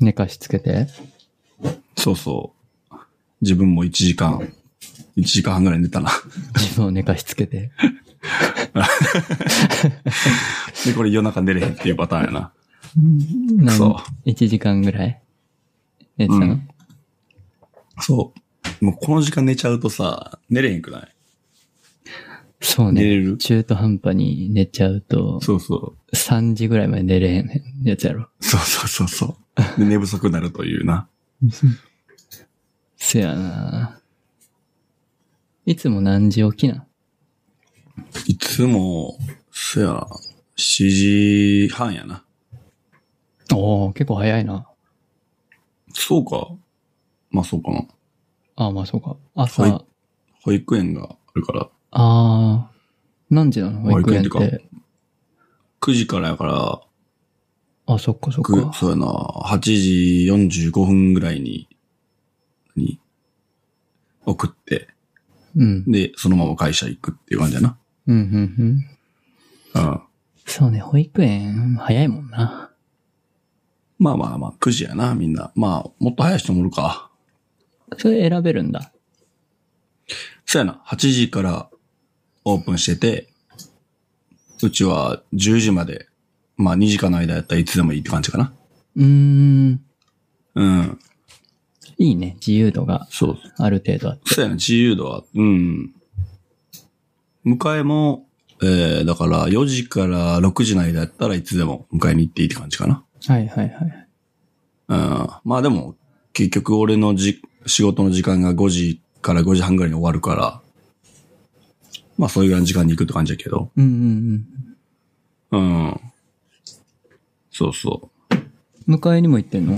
寝かしつけて。そうそう。自分も1時間、1時間半ぐらい寝 たな。自分を寝かしつけ て。で、これ夜中寝れへんっていうパターンやな。何そう。 1時間ぐらい寝てたの、うんそう。もうこの時間寝ちゃうとさ、寝れへんくないそう寝れね。る中途半端に寝ちゃうと、そうそう。 3時ぐらいまで寝れへんやつやろ。そうそうそうそう。で、寝不足になるというな。せやないつも何時起きないつも、そやな、7時半やな。おお結構早いな。そうか。まあそうかな。ああ、まあそうか。朝、はい保育園があるから、ああ、何時なの保育園っ保育園ってて。 9時からやから、あ、そっかそっくか。そうやな、8時45分ぐらいに、に、送って、うん。で、そのまま会社行くっていう感じやな。うん、うん、うん。うん。そうね、保育園、早いもんな。まあまあまあ、9時やな、みんな。まあ、もっと早い人もおるか。それ選べるんだ。そうやな、8時からオープンしてて、うちは10時まで、まあ2時間の間やったらいつでもいいって感じかな。うーん。うん。いいね、自由度がそう。ある程度あって。そうやな、自由度は、うん。迎えも、えー、だから4時から6時の間やったらいつでも迎えに行っていいって感じかな。はいはいはい。うん。まあでも、結局俺のじ、仕事の時間が5時から5時半ぐらいに終わるから、まあそういうぐらいの時間に行くって感じだけど。うんうんうん。そうそう。うん。迎えにも行ってんの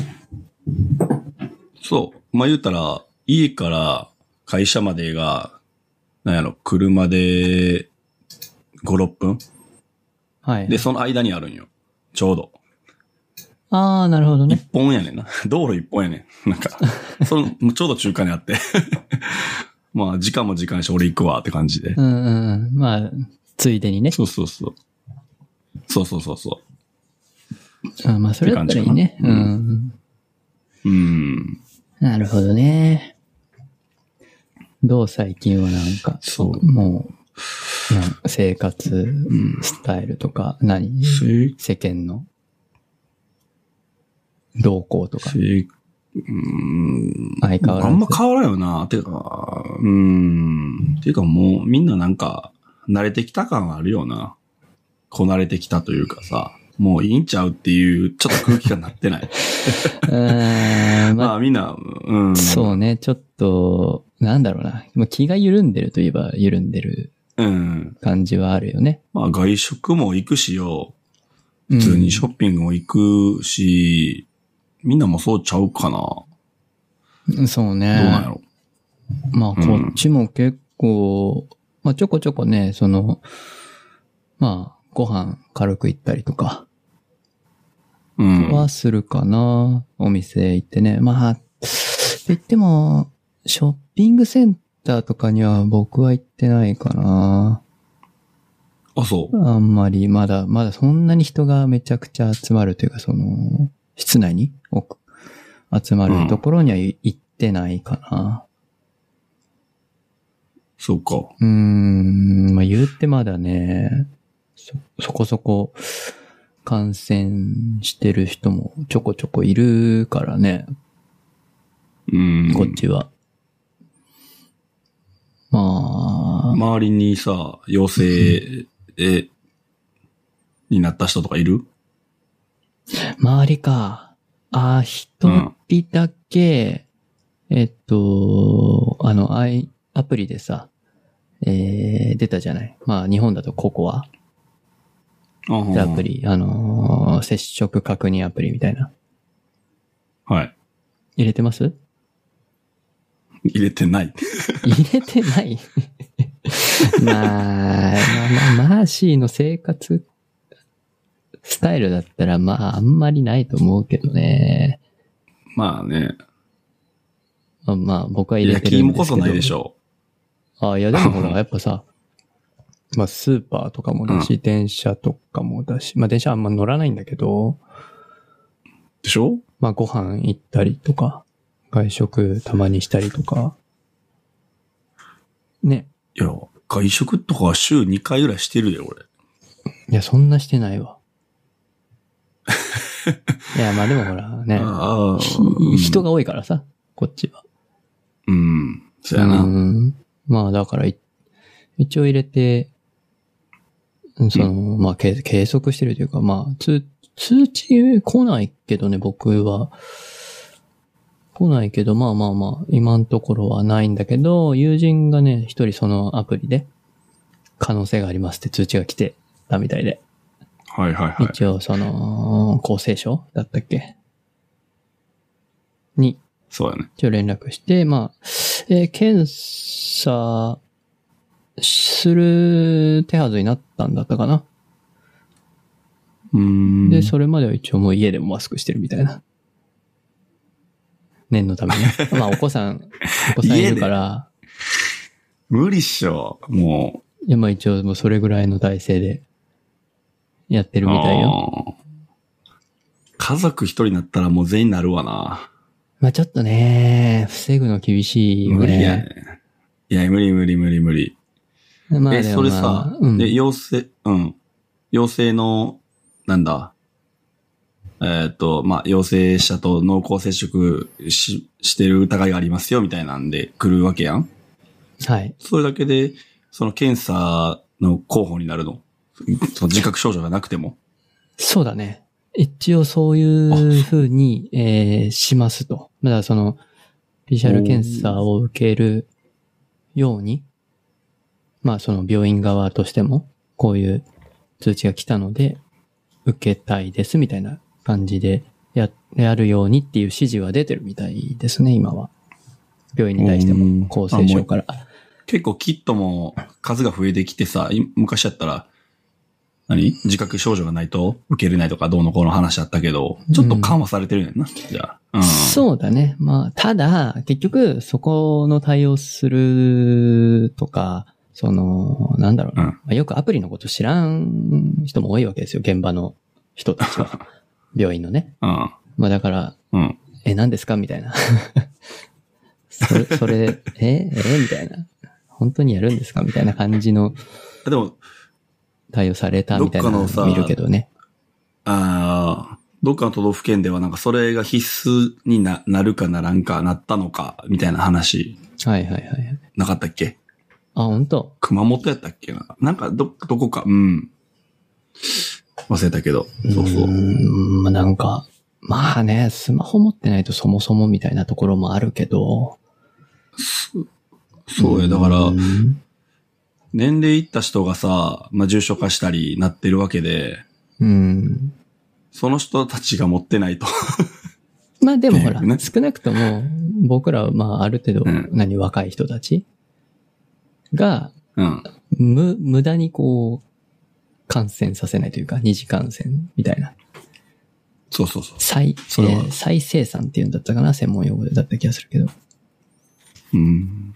そう。まあ言うたら、家から会社までが、なんやろ、車で5、6分はい。で、その間にあるんよ。ちょうど。ああ、なるほどね。一本やねんな。道路一本やねん。なんか、その、ちょうど中間にあって。 まあ、時間も時間やし、俺行くわって感じでう。んうんうん。まあ、ついでにね。そうそうそう。そうそうそうそあまあ、それだったらいいね。う。って感じかなんう。うん。なるほどね。どう最近はなんか、そうもう、なん生活スタイルとか、何せ世間の動向とか、せうん。相変わあらんまず。変わらんよな。てか、うーん。ていうかもうみんななんか慣れてきた感はあるよな。こなれてきたというかさ、もういいんちゃうっていうちょっと空気感になってない。うー ん、まあまあみんな、うん。そうね、ちょっと、なんだろうな。まあ気が緩んでるといえば緩んでるうん。感じはあるよね。まあ外食も行くしよ。普普通にショッピングも行くし、みんなもそうちゃうかな。どそううなんやね。ろ。まあ、こうんっちも結構、まあ、ちょこちょこね、その、まあ、ご飯軽く行ったりとかうん。はするかな。お店行ってね。まあ、言っても、ショッピングセンターとかには僕は行ってないかな。あ、そう。あんまり、まだ、まだそんなに人がめちゃくちゃ集まるというか、その、室内に置く集まるところには行行ってないかな。そうか。うーん、まあ言ってまだね、そ、そこそこ感染してる人もちょこちょこいるからね、うん。こっちは。まあ、周りにさ、陽性、え、になった人とかいる周りか。あー、一人だけ、えっと、あの、アイ、アプリでさ、えー、出たじゃない。まあ、日本だとココアあってアプ。リ、あのー接触確認アプリみたいな。はい。入れてます 入れてない。入れてない まあ、まあ、まあ、マーシーの生活スタイルだったら、まあ、あんまりないと思うけどね。まあね。まあ、まあ、僕は入れ焼てきるんですけど。芋こそないでしょああ、いや、でもほら、やっぱさ、まあ、スーパーとかもだし、電車とかもだし、まあ、電車あんま乗らないんだけど、でしょまあご飯行ったりとか、外食たまにしたりとか。ね。いや、外食とかは週2回ぐらいしてるで、俺。いや、そんなしてないわ。いや、まあでもほらね、ああひ人が多いからさ、こっちは。うん。そうやな。うん。まあだからい、一応入れて、うんその、まあ計計測してるというか、まあ通、通知来ないけどね、僕は。来ないけど、まあまあまあ、今のところはないんだけど、友人がね、一人そのアプリで、可能性がありますって通知が来てたみたいで。はいはいはい。一応、その、厚生省だったっけに、そうやね。一応連絡して、まあ、えー検査する手はずになったんだったかな。うん。で、それまでは一応もう家でもマスクしてるみたいな。 念のた めにね。まあ、お子さん、お子さんいるから、無理っしょ。もいやまあ一応もうそれぐらいの体制でやってう。るみたいよ。よ。家族一人になったらもう全員なるわな。まあちょっとね、防ぐの厳しいよ無理やね。ね。いや、無理無理無理無理。まあえ、でそもれまあさ、うんで、陽性、うん。陽性の、なんだ。えーっと、まあ、陽性者と濃厚接触し、してる疑いがありますよ、みたいなんで来るわけやん。はい。それだけで、その検査の候補になるの。その自覚症状がなくても。そうだね。一応そういうふうに、えーしますと。まだその、PCR 検査を受けるように、まあその病院側としても、こういう通知が来たので、受けたいですみたいな感じでや、やるようにっていう指示は出てるみたいですね、今は。病院に対しても、うん厚生省から。結構キットも数が増えてきてさ、い昔だったら、何自覚症状がないと受けれないとかどうのこうの話だったけど、ちょっと緩和されてるねんな、じゃあ。うん。そうだね。まあ、ただ、結局、そこの対応するとか、その、なんだろうな、うんまあよくアプリのこと知らん人も多いわけですよ、現場の人たち は。病院のね。うん。まあだから、うん。え、何ですかみたいな。 それ、それ、え、え、みたいな。本当にやるんですかみたいな感じのでも、対応されたみたいなどっかのさ見るけどね。ああ、どっかの都道府県ではなんかそれが必須にななるかならんかなったのか、みたいな話、はいはいはいはい。なかったっけあ、本当熊本やったっけななんかど、どこか、うん。忘れたけど。そうそうーう。んまあなんか、まあね、スマホ持ってないとそもそもみたいなところもあるけど。そうや、だから、うん年齢いった人がさ、まあ、重症化したりなってるわけで、うん。その人たちが持ってないと。 まあでもほら、ゲームね少なくとも、僕らはまあある程度、うん何、若い人たちが、うん。む、無駄にこう、感染させないというか、二次感染みたいな。そうそうそう。再、それはえー再生産っていうんだったかな、専門用語だった気がするけど。うん。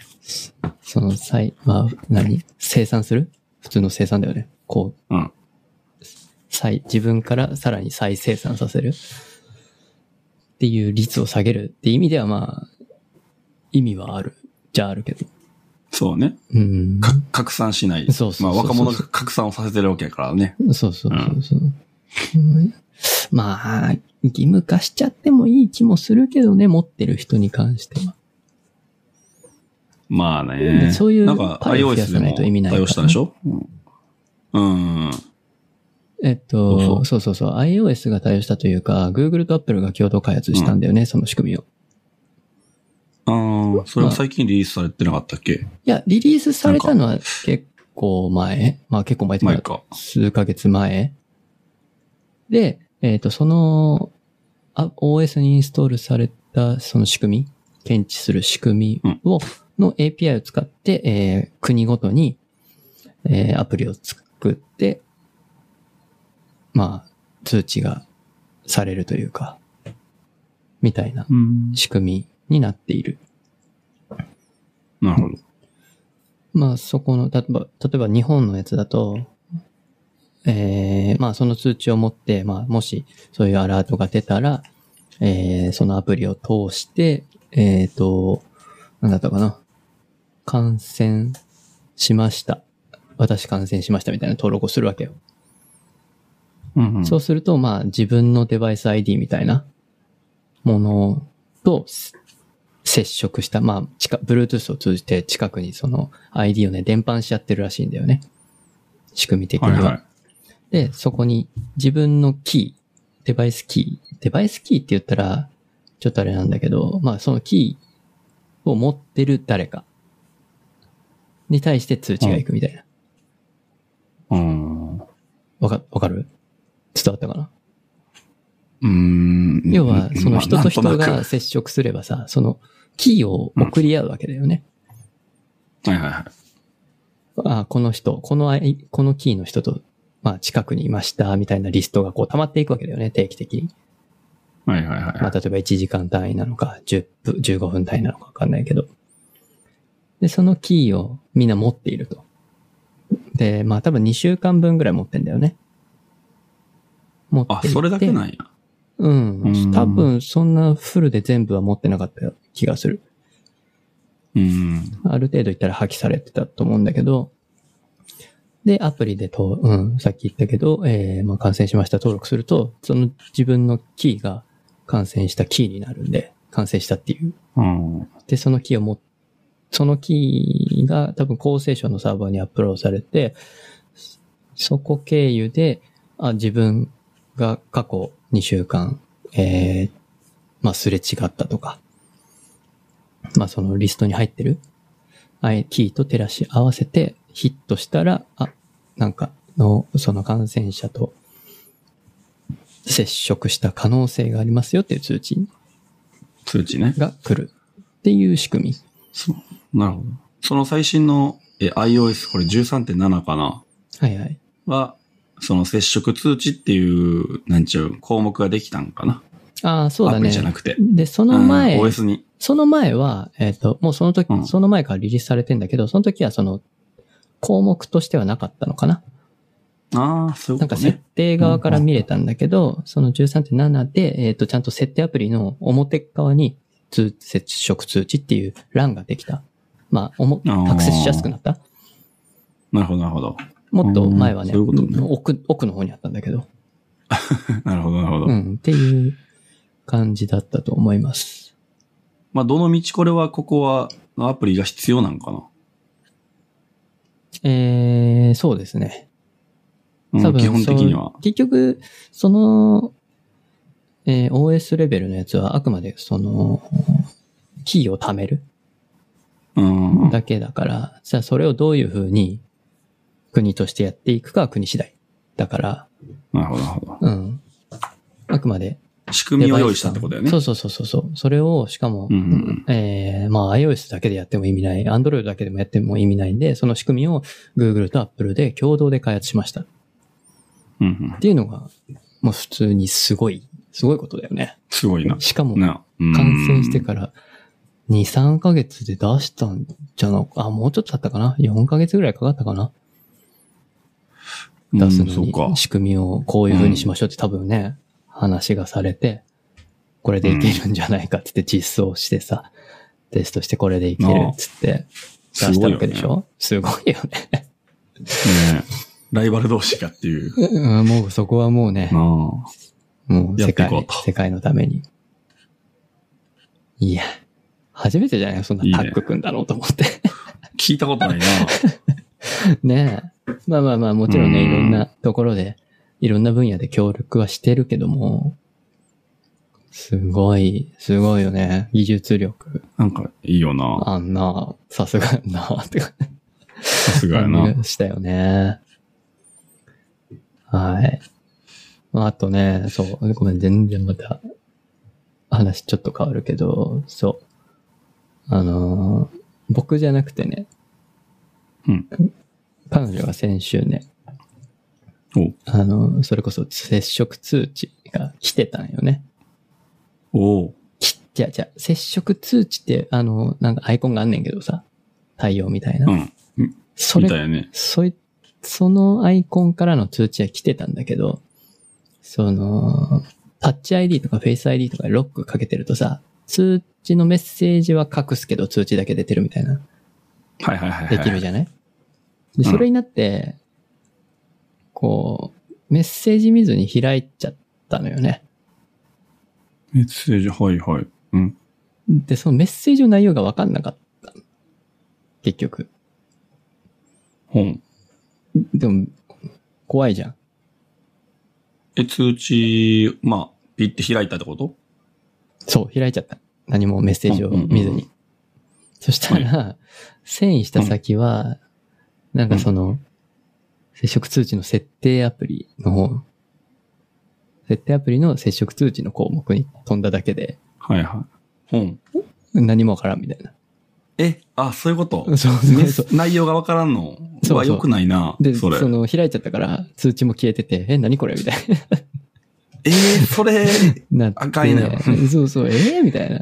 その再、まあ何、生産する普通の生産だよね。こう、うん。再、自分からさらに再生産させるっていう率を下げるって意味ではまあ、意味はある、じゃあるけど。そうね。うん。か拡散しない。そうそうそうそうまあ、若者が拡散をさせてるわけやからね。そうそうそうそう、うんまあ、義務化しちゃってもいい気もするけどね、持ってる人に関しては。まあね。そういうなんかパイを増やさ iOS でないと意味もないからね対応したでしょうん。うん。えっと、そうそうそうそう iOS が対応したというか、Google と Apple が共同開発したんだよね、その仕組みを。ああ、それは最近リリースされてなかったっけいや、リリースされたのは結構前。まあ結構前っていう前かか。数ヶ月前。で、えっ、と、その、あ OS にインストールされたその仕組み、検知する仕組みを、の API を使って、えー国ごとに、えーアプリを作って、まあ、通知がされるというか、みたいなうん。仕組みになっている。なるほど。まあそこの、例えば、例えば日本のやつだと、ええまあその通知を持って、まあもしそういうアラートが出たら、えーそのアプリを通して、えっ、と、なんだったかな。感染しました。私感染しましたみたいな登録をするわけよ。うんうん。そうすると、まあ自分のデバイス ID みたいなものとす接触した、まあ近、Bluetooth を通じて近くにその ID をね、伝播しちゃってるらしいんだよね。仕組み的にはは。いはい。で、そこに自分のキー、デバイスキー、デバイスキーって言ったら、ちょっとあれなんだけど、まあそのキーを持ってる誰かに対して通知が行くみたいな。うん。うわか、わかる伝わったかなーん。要は、その人とまあ人なんながく接触すればさ、そのキーを送り合うわけだよね。はいはいはい。あこの人、このあい、このキーの人と、まあ近くにいました、みたいなリストがこう溜まっていくわけだよね、定期的に。はいはいはい。まあ、例えば1時間単位なのか、10分、15分単位なのかわかんないけど。で、そのキーをみんな持っていると。で、まあ多分2週間分ぐらい持ってんだよね。持っていあ、てそれだけなんや。ううんん。多分そんなフルで全部は持ってなかった気がする。うん。ある程度言ったら破棄されてたと思うんだけど、で、アプリでと、うん、さっき言ったけど、えー、まあ感染しました登録すると、その自分のキーが感染したキーになるんで、感染したっていううん。うんで、そのキーをも、そのキーが多分厚生省のサーバーにアップロードされて、そこ経由で、あ、自分が過去2週間、えー、まあ、すれ違ったとか、まあ、そのリストに入ってる、あいキーと照らし合わせてヒットしたら、あ、なんかの、その感染者と接触した可能性がありますよっていう通知通知ね。が来るっていう仕組み。そうなるほど。その最新のえ iOS、これ13.7かなはいはい。は、その接触通知っていう、なんちゅう、項目ができたんかなああ、そうアだプリじゃねな。くて。で、その前うん、OS に。その前は、えっ、と、もうその時、うんその前からリリースされてんだけど、その時はその、項目としてはなかったのかな。ああ、そういうなこんかと設ね。定側から見れたんだけど、その13.7で、えっ、と、ちゃんと設定アプリの表側に通、接触通知っていう欄ができた。まあ、おも、あーアクセスしやすくなった。なるほど、なるほど。もっと前はね、うんそういうことねうん奥、奥の方にあったんだけど。なるほど、なるほど。うん、っていう感じだったと思います。まあ、どの道これは、ここは、アプリが必要なんかなえー、そうですね。うん多分基本的にはそ。う結局、その、えー OS レベルのやつはあくまでその、キーを貯めるうん。だけだから、じゃあそれをどういうふうに国としてやっていくかは国次第。だから、なるほど、なるほど。うん。あくまで。仕組みを用意したってことだよね。そううそうそうそうそう。それを、しかも、んうんえーまあ iOS だけでやっても意味ない、Android だけでもやっても意味ないんで、その仕組みを Google と Apple で共同で開発しました。うん。うんうんっ。ていうのが、もう普通にすごい、すごいことだよね。すごいな。しかも、な感染してら。から2、3ヶ月で出したんじゃなあ、もうちょっと経ったかな ?4 ヶ月ぐらいかかったかなうん出すそのうかに。。仕組みをこういう風にしましょうって多分ね、話がされて、これでいけるんじゃないかってって実装してさ、テストしてこれでいけるっつって出しすごたいわよけねでしょすごいよね。ねライバル同士がっていう。 うんもうそこはもうね、ああもうやっ世てい界こうと、世界のために。いや、初めてじゃないそんないいねタッグ組んだろうと思って。 聞いたことないな。ねえ。まあまあまあ、もちろんね、うんいろんなところで、いろんな分野で協力はしてるけども、すごい、すごいよね。技術力。なんか、いいよな。あんな、さすがやな、ってさすがや感じな。がしたよね。はい。まああとね、そう、ごめん、全然また、話ちょっと変わるけど、そう。あのー僕じゃなくてね、うん。彼女が先週ね、あの、それこそ接触通知が来てたんよね。おおき、じゃじゃ接触通知って、あの、なんかアイコンがあんねんけどさ、対応みたいな。う。うん。そみたれ、いね。そい、そのアイコンからの通知は来てたんだけど、その、タッチ ID とかフェイス ID とかでロックかけてるとさ、通知のメッセージは隠すけど通知だけ出てるみたいな、はいはいはい、はい。できるじゃないんで、それになって、こう、メッセージ見ずに開いちゃったのよね。メッセージ、はいはい。うん。で、そのメッセージの内容がわかんなかった。結局。本。でも、怖いじゃん。え、通知、まあ、ピッて開いたってことそう、開いちゃった。何もメッセージを見ずうんうんうに。そしたら、遷移した先は、なんかその、接触通知の設定アプリの方、設定アプリの接触通知の項目に飛んだだけで、はいはい。本。何もわからんみたいな。え、あ、そういうことそうそうそう。メス内容がわからんのそうそうは良くないな、で、そそれ。の、開いちゃったから、通知も消えてて、え、何これみたいえー、それ、な。なってあかんやんそうそう、えーみたいな。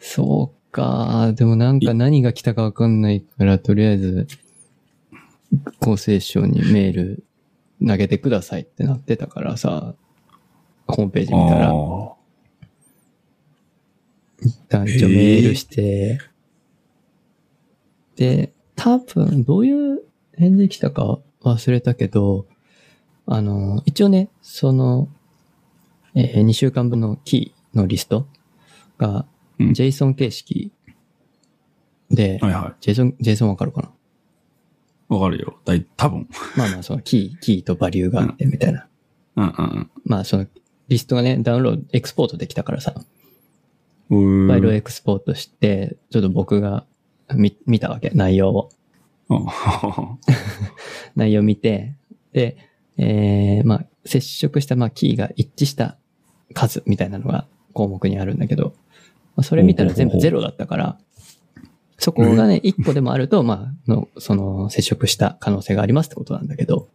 そうか。でもなんか何が来たかわかんないから、とりあえず、厚生省にメール投げてくださいってなってたからさ、ホームページ見たら、あ団へ長ーメールして、で、多分、どういう返事来たか忘れたけど、あの、一応ね、その、え2週間分のキーのリストが、うん JSON 形式で、ーはいは。JSON、JSON わかるかないわかるよ。だい、多分。まあまあ、そのキー、キーとバリューがあってみたいな。うんうんまあ、その、リストがね、ダウンロード、エクスポートできたからさ、うフん。ァイルをへ。エクスポートして、ちょっと僕が見見たわけ、内容を。あ内容を見て、で、えー、まあ、接触した、まあ、キーが一致した数みたいなのが項目にあるんだけど、まあ、それ見たら全部ゼロだったから、そこがね、一個でもあると、まあ、の、その、接触した可能性がありますってことなんだけど、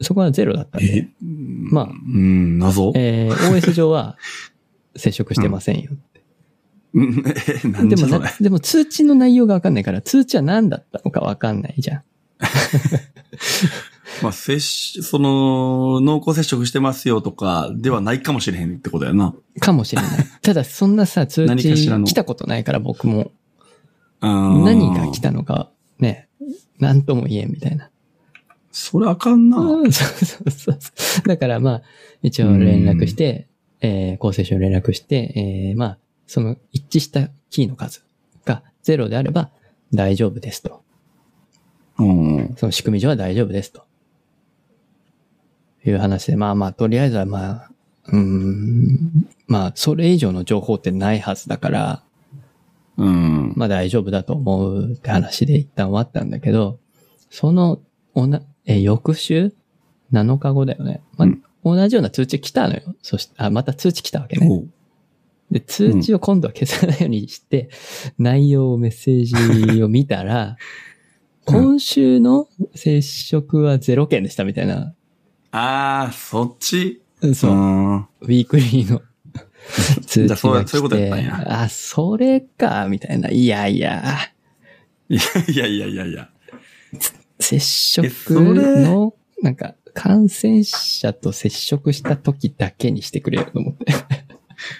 そこはゼロだったんで、え、ままあうん、謎えー、OS 上は接触してませんよ。うんえ、 なんででもそれな、でも通知の内容がわかんないから、通知は何だったのかわかんないじゃん。まあ、接し、その、濃厚接触してますよとかではないかもしれへんってことやな。かもし れない。ただ、そんなさ、通何知かしらの来たことないから、僕も。何何が来たのか、ね、なんとも言えんみたいな。それあかんな。うんそうそうそう。だから、まあ、一応連絡して、えー、厚生省に連絡して、えー、まあ、その一致したキーの数がゼロであれば大丈夫ですと。うん。その仕組み上は大丈夫ですと。いう話で、まあまあ、とりあえずはまあ、うーん、まあ、それ以上の情報ってないはずだから、うん。まあ大丈夫だと思うって話で一旦終わったんだけど、そのおな、え、翌週 ?7 日後だよね。まあうん同じような通知来たのよ。そして、あ、また通知来たわけね。おうで、通知を今度は消さないようにして、内容をメッセージを見たら、 うん今週の接触は0件でしたみたいな。ああ、そっち。そうう。ん。 ウィークリーの通知じゃがあそう来やて。そういうことやったんやあ、それか、みたいな。いやいや。いやいやいやいや。接触えそれの、なんか、感染者と接触した時だけにしてくれよと思って。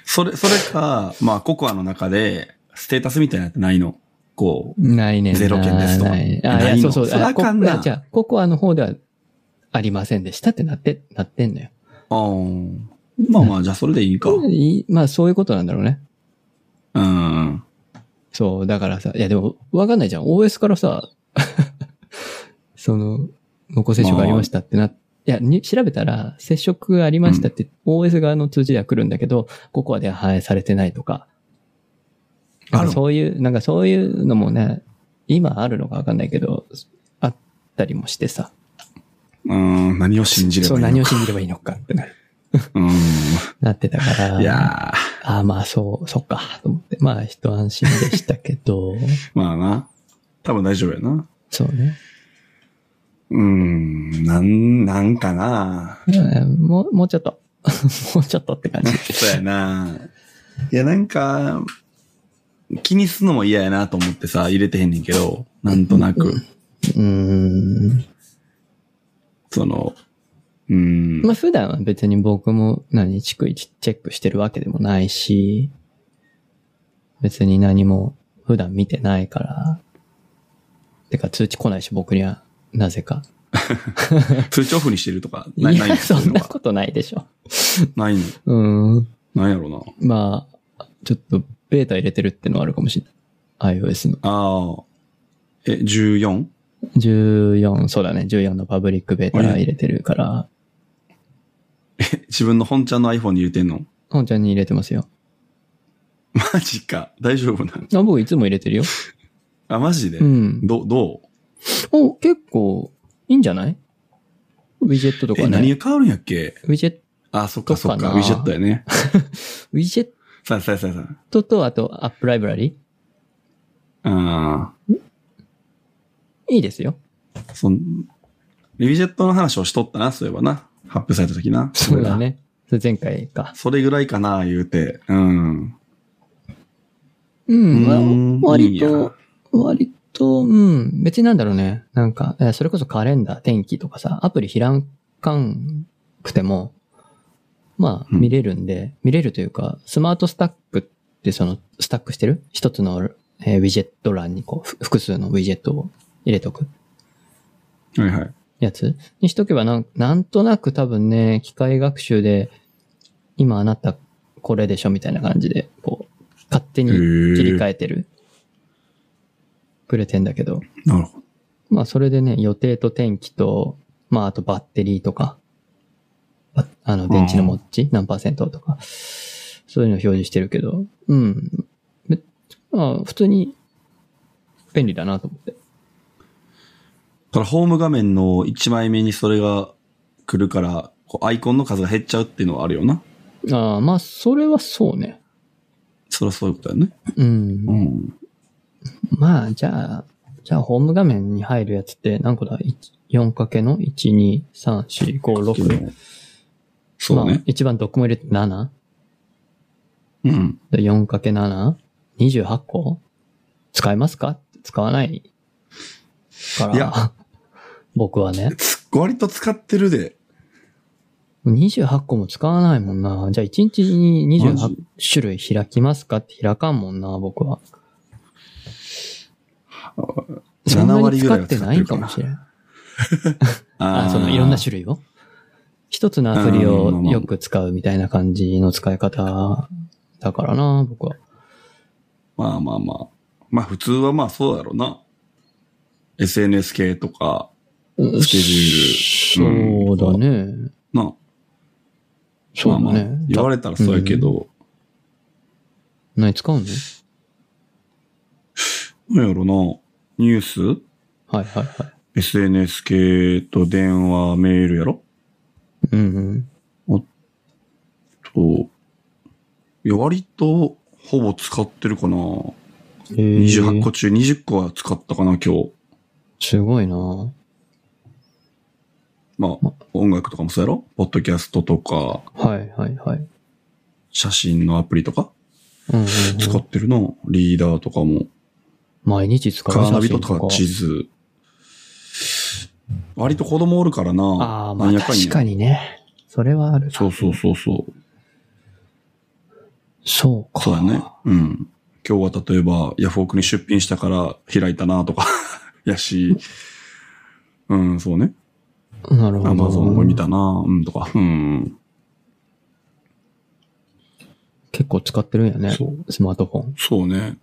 それ、それか、まあ、ココアの中で、ステータスみたいなのってないのこう。ないねんな。ゼロ件ですとかないなあ、いいや、のそうそう。それあかんあココなアじゃあ、ココアの方ではありませんでしたってなって、なってんのよ。あーまあまあ、じゃあそれでいいか。うん。いまあ、そういうことなんだろうね。あそう、だからさ、いやでも、わかんないじゃん。OS からさ、 その、濃厚接触ありましたってな、いや、に調べたら、接触ありましたって、OS 側の通知では来るんだけど、ココアでは反映されてないとか、なんあかるそういう、なんかそういうのもね、今あるのかわかんないけど、あったりもしてさ、うん、何を信じればそいういのか。何を信じればいいのかってなうなってたから、ん。いやああ、まあそう、そっか、と思って、まあ一安心でしたけ ど、ー、まあな。多分大丈夫やな。そうね。うん、なん、なんかな。うんもう、もうちょっと。 もうちょっとって感じ。そうやな。いや、なんか、気にするのも嫌やなと思ってさ、入れてへんねんけど、なんとなく、うーん。その、うん。まあ普段は別に僕も何、逐一チェックしてるわけでもないし、別に何も普段見てないから、てか通知来ないし僕にはなぜか。通知オフにしてるとか、いない、ないや、んですそかんなことないでしょ。ないのうん。なんやろな。まあ、ちょっとベータ入れてるってのはあるかもしれない。iOS の。ああ。え、14? 14、そうだね、14のパブリックベータ入れてるから、自分の本ちゃんの iPhone に入れてんの本ちゃんに入れてますよ。マジか。大丈夫なんあ、僕いつも入れてるよ。あ、マジで、うん。ど、どお、結構、いいんじゃないウィジェットとうかえ、何ね。が変わるんやっけウィジェッあ、そっかそっどっか。かウなィジェットやね。ト、ウィジェッさあさあさあさあ。トと、あと、アップライブラリあいいですよ。あ。そん、ウィジェットの話をしとったな、そういえばな。発表された時な。そうだ。ね。それ前回か。それぐらいかな、言うて。うん。うん。うんわ割いいとや、割と、うん。別になんだろうね。なんか、えそれこそカレンダー、天気とかさ、アプリ開かんくても、まあ、うん見れるんで、見れるというか、スマートスタックってその、スタックしてる一つの、えーウィジェット欄にこう、ふ複数のウィジェットを入れとく。はいはい。やつにしとけばなん、なんとなく多分ね、機械学習で、今あなたこれでしょみたいな感じで、こう、勝手にへー切り替えてる。くれてんだけど。なるほど。まあそれでね、予定と天気と、まああとバッテリーとか、ばあの電池の持ち、何パーセントとか、そういうのを表示してるけど、うん。めまあ普通に便利だなと思って。ただ、ホーム画面の1枚目にそれが来るから、こう、アイコンの数が減っちゃうっていうのはあるよな。ああ、まあそれはそうね。そりゃそういうことだよね。うんう。ん。まあ、じゃあ、じゃあ、ホーム画面に入るやつって何個だ ?4 かけの ?1、2、3、4、5、け6。どそうまあね、。一番どこも入れて 7? うん。で、4かけ 7?28 個使えますか使わないから、いや僕はね。つ割と使ってるで。 28個も使わないもんな。じゃあ、1日にマ28ジ種類開きますかって開かんもんな、僕は。そんな7に割ぐらいは使使ってっなているかかもなし。れない。ああ、ーそのいろんな種類を一つのアプリをよく使うみたいな感じの使い方だからな、僕は。まあまあまあ。まあ普通はまあそうだろうな。SNS 系とか、ススケジュールそうだね。な。そうだね。まあまあ、言われたらそうやけど、何使うのなんやろな。ニュースはいはいはい。 ?SNS 系と電話、メールやろうんうん。と、いや割とほぼ使ってるかな。え28個中20個は使ったかな、今日。すごいな。まあ、音楽とかもそうやろポッドキャストとか、はいはいはい。写真のアプリとかうんうんうん使ってるな。リーダーとかも。毎日使うカーナ写ビと真とかか。地図。割と子供おるからな。ああ、まあなんやんや確か。にね。それはある。そうそうそうそう。そうか。そうだね。うん。今日は例えば、ヤフオクに出品したから開いたなとか、 やし、うん、そうね。なるほど。アマゾンを見たな、うん、とか。うん。結構使ってるんやねそ。う。スマートフォン。そうね。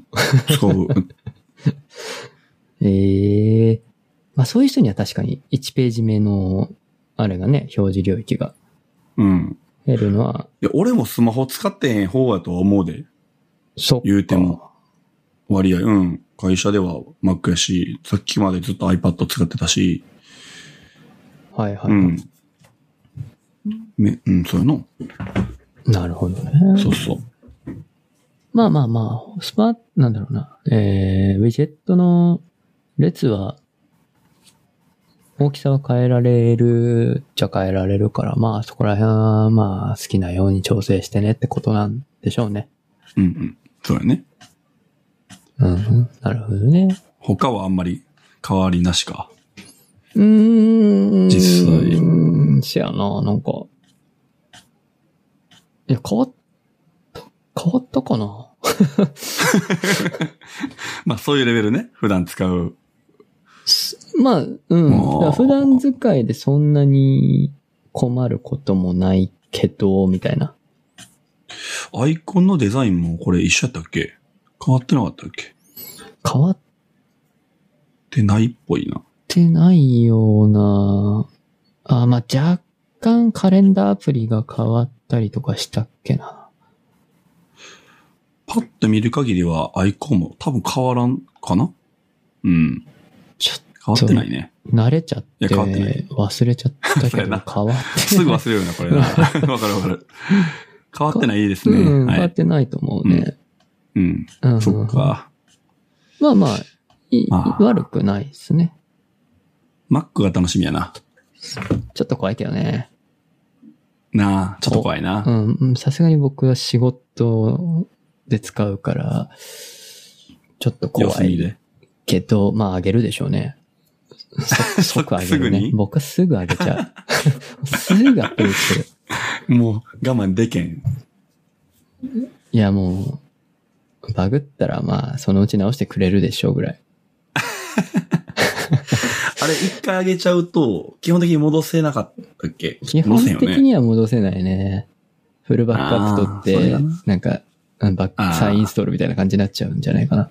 使う。 ええまあそういう人には確かに1ページ目の、あれがね、表示領域がうん。減るのは、いや、俺もスマホ使ってへん方やとは思うで。そっか言うても。割合。うん。会社では Mac やし、さっきまでずっと iPad 使ってたし。はいはい。うん。め、うん、そうやの。なるほどね。そうそう。まあまあまあ、スパ、なんだろうな。えー、ウィジェットの列は、大きさは変えられるっちゃ変えられるから、まあそこら辺は、まあ好きなように調整してねってことなんでしょうね。うんうん。そうやね。うんうん、なるほどね。他はあんまり変わりなしか。うーん。実際うーんうん、せやな、なんか。いや、変わった、変わったかなまあそういうレベルね。普段使う。まあ、うん。だーから普段使いでそんなに困ることもないけど、みたいな。アイコンのデザインもこれ一緒やったっけ変わってなかったっけっ変わてないっぽいな。ってないような、あ、まあ、若干カレンダーアプリが変わったりとかしたっけな。パッと見る限りはアイコンも多分変わらんかなうん。ちょっ変わってないね。と慣れちゃって、いや変わってない忘れちゃったけど、 そうや変わなってない。すぐ忘れるよな、これな。わかるわかる。変わってないですね。うん、は変わっい。てないと思うね。うん。うん。そっか。まあまあ、いまあ悪くないですね。 Mac が楽しみやな。ちょっと怖いけどね。なあ、ちょっと怖いな。うんうん、さすがに僕は仕事で使うから、ちょっと様怖子見いで。けど、まああげるでしょうね。 そ即あげるすぐねに。僕はすぐあげちゃう。 すぐアップデートする。もう我慢でけん。いやもう、バグったらまあそのうち直してくれるでしょうぐらい。あれ、一回あげちゃうと、基本的に戻せなかったっけ基戻本せんよ的ね。には戻せないね。フルバックアップあーそ取れっだてな、なんか、うんバッあーク再インストールみたいな感じになっちゃうんじゃないかな。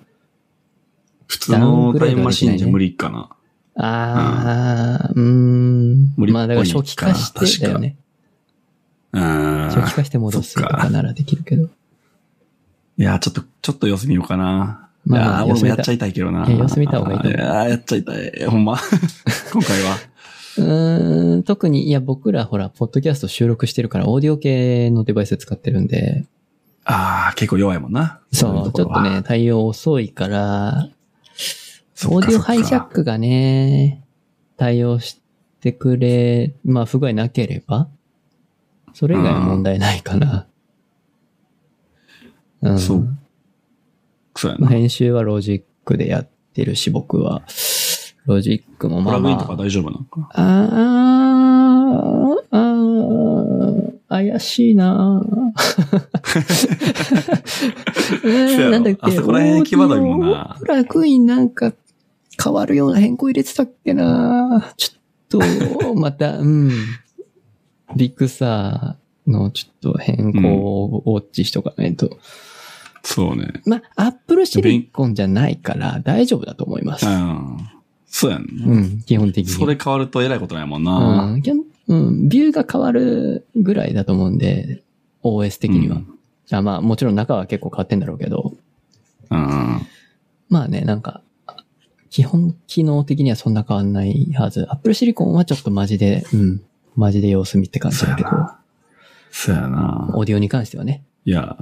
普通のタイムマシンじゃ無理かな。ああ、うーん。無理っぽいまあだから初期化してだよね。うん。初期化して戻すとかならできるけど。いや、ちょっと、ちょっと様子見ようかな。まあ様いやー、俺子も見やたっちゃいたいけどな。いや様子見た方がいいと思うやーやっちゃいたい。ほんま。 今回は。うーん、特に、いや僕らほら、ポッドキャスト収録してるから、オーディオ系のデバイス使ってるんで、ああ、結構弱いもんな。そう、ちょっとね、対応遅いから、そオういうとこーディろは、オハイジャック。クがね、対応してくれ、まあ不具合なければ、それ以外は問題ないかな。うん。そうそうやまあな。編集はロジックでやってるし、僕は。ロジックもプまあラグまインとかあ。大丈夫なのかあーあー、怪しい なえそうやーろなんだっけ、あそこら辺際どいもんなオーディオプラグインなんか変わるような変更入れてたっけなちょっと、また、うん。ビッグサーのちょっと変更をウォッチしとかないと。そうね。まあ、アップルシリコンじゃないから大丈夫だと思いますう。ん。そうやんな。うん、基本的に。それ変わるとえらいことないもんな。うん、基本うん、ビューが変わるぐらいだと思うんで、OS 的には。うんあまあ、もちろん中は結構変わってんだろうけど、うん。まあね、なんか、基本機能的にはそんな変わんないはず。Apple シリコンはちょっとマジで、うん、マジで様子見って感じだけど そう、やそうやな。オーディオに関してはね、いや、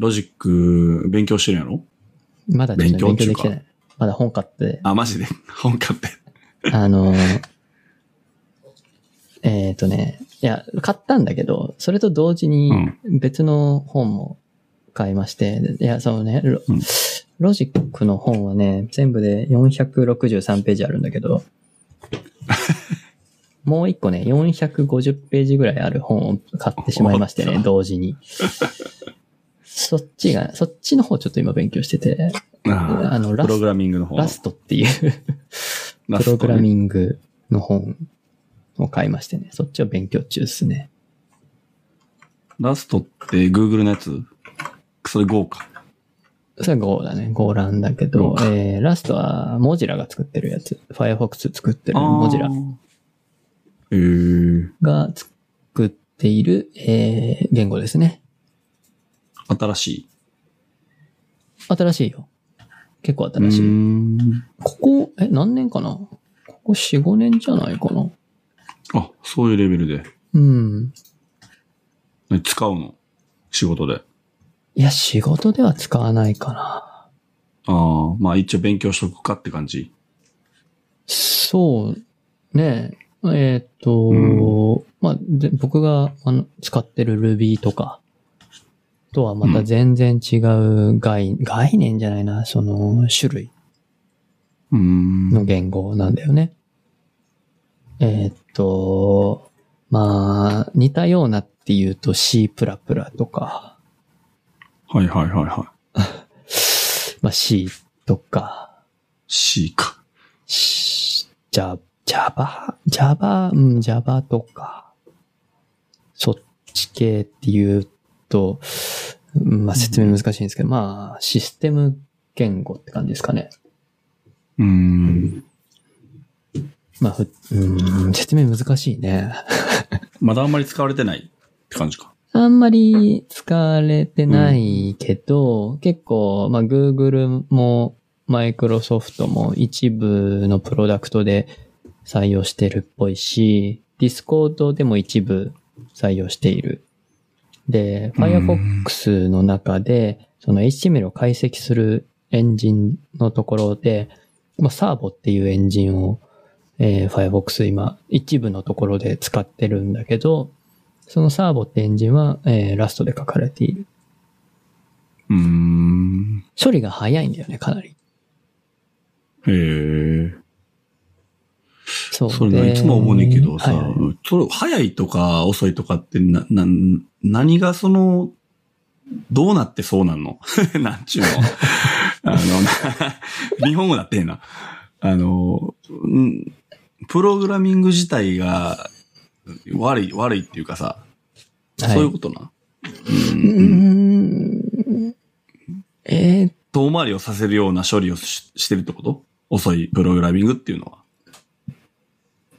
ロジック勉強してるんやろまだちょっと勉強勉強中でかきてない。まだ本買って、あ、マジで。 本買って。 あのー、えっ、とね、いや、買ったんだけど、それと同時に別の本も買いまして、いや、そのね、ロ,、うんジックの本はね、全部で463ページあるんだけ ど、もう一個ね、450ページぐらいある本を買ってしまいましておね、っと同時に。そっちが、そっちの方ちょっと今勉強してて、ああのラスプログラミングの方。ラストっていうラプロストねグラミングの本を買いましてね。そっちを勉強中ですね。ラストって Google のやつそれ Go か。それは Go だね。Go 欄だけど Go、かえー、ラストは Mozilla が作ってるやつ。Firefox 作ってるあー Mozilla えー、が作っている、えー、言語ですね。新しい。新しいよ。結構新うしい。ーんここ、え、何年かなここ4、5年じゃないかな。あ、そういうレベルで。うん。ね使うの仕事で。いや、仕事では使わないかな。ああ、まあ一応勉強しとくかって感じ。そう、ねえ。えーっと、うまあ、で僕があの使ってる Ruby とか、とはまた全然違う概,、概念じゃないな、その種類うーん。の言語なんだよね。えーっと、まあ、似たようなっていうと C++ とか、はいはいはいはまあ C とか、い。C か。し Java、Java、Java、うん、Java とか、そっち系っていうと、うんまあ説明難しいんですけど、まあ、システム言語って感じですかね。うーん。まあ、ふうん、説明難しいね。まだあんまり使われてないって感じか。あんまり使われてないけど、結構、まあ、Google も Microsoft も一部のプロダクトで採用してるっぽいし、Discord でも一部採用している。で、うん Firefox の中で、その HTML を解析するエンジンのところで、まあ、サーボっていうエンジンを、えー Firefox 今、一部のところで使ってるんだけど、そのサーボってエンジンは、えーラストで書かれている。うーん。処理が早いんだよね、かなり。へえ。そう。それでね、いつも思うねんけどさ、はいはいそれ早いとか遅いとかってな、な、何がその、どうなってそうなんの なんちゅう の。あの、な日本語だってええな。あの、んプログラミング自体が悪い、悪いっていうかさ、はいそういうことな。うーん。えー遠回りをさせるような処理をししてるってこと遅いプログラミングっていうのは。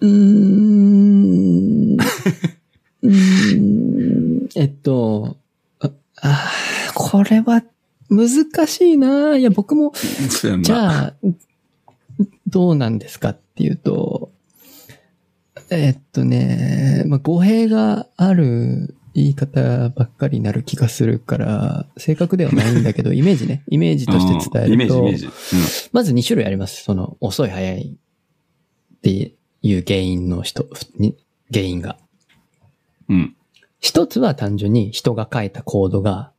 うーん。うーんえっと、ああー、これは難しいな。いや、僕も、 そうやんなじゃあ、どうなんですかっていうと、えっとね、まあ、語弊がある言い方ばっかりになる気がするから、正確ではないんだ けど、イメージね、イメージとして伝えると、うんイメージ、イメージ。うんまず2種類あります。その、遅い早いっていう原因の人、に原因が。うん。一つは単純に人が書いたコードが、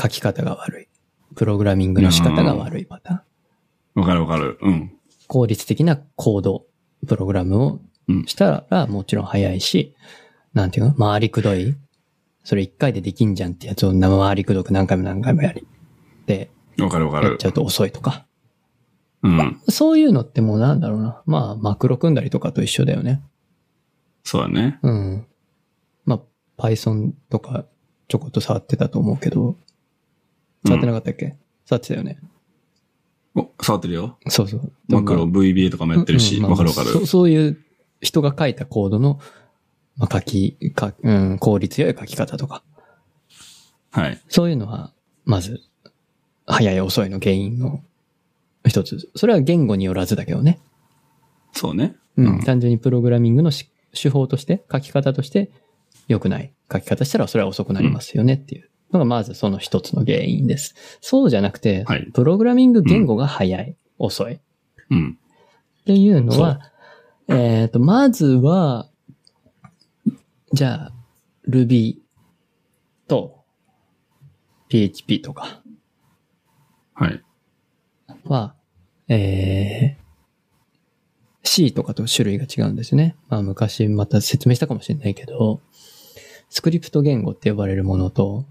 書き方が悪い。プログラミングの仕方が悪いパターン。わかるわかる。うん。効率的なコード、プログラムをうんしたらもちろん早いし、なんていうの回りくどい。それ一回でできんじゃんってやつを生回りくどく何回も何回もやり。で、わかるわかやっるち。ゃうと遅いとか。うん。そういうのってもうなんだろうな。まあ、マクロ組んだりとかと一緒だよね。そうだね。うん。まあ、Python とかちょこっと触ってたと思うけど、触ってなかったっけ、触ってたよね。お、触ってるよ。そうそう。マクロ、VBA とかもやってるし、うんうんまあわかるわかそる。そういう人が書いたコードの、まあ、書き、かうん、効率よい書き方とか、はい。そういうのは、まず、早い遅いの原因の一つ。それは言語によらずだけどね。そうね。うん。うん単純にプログラミングのし手法として、書き方として良くない。書き方したらそれは遅くなりますよねっていうのがまずその一つの原因です。そうじゃなくて、はいプログラミング言語が早い、遅い。うん。っていうのは、えっ、と、まずは、じゃあ、Ruby と PHP とかはい。は、えー C とかと種類が違うんですね。まあ昔また説明したかもしれないけど、スクリプト言語って呼ばれるものと、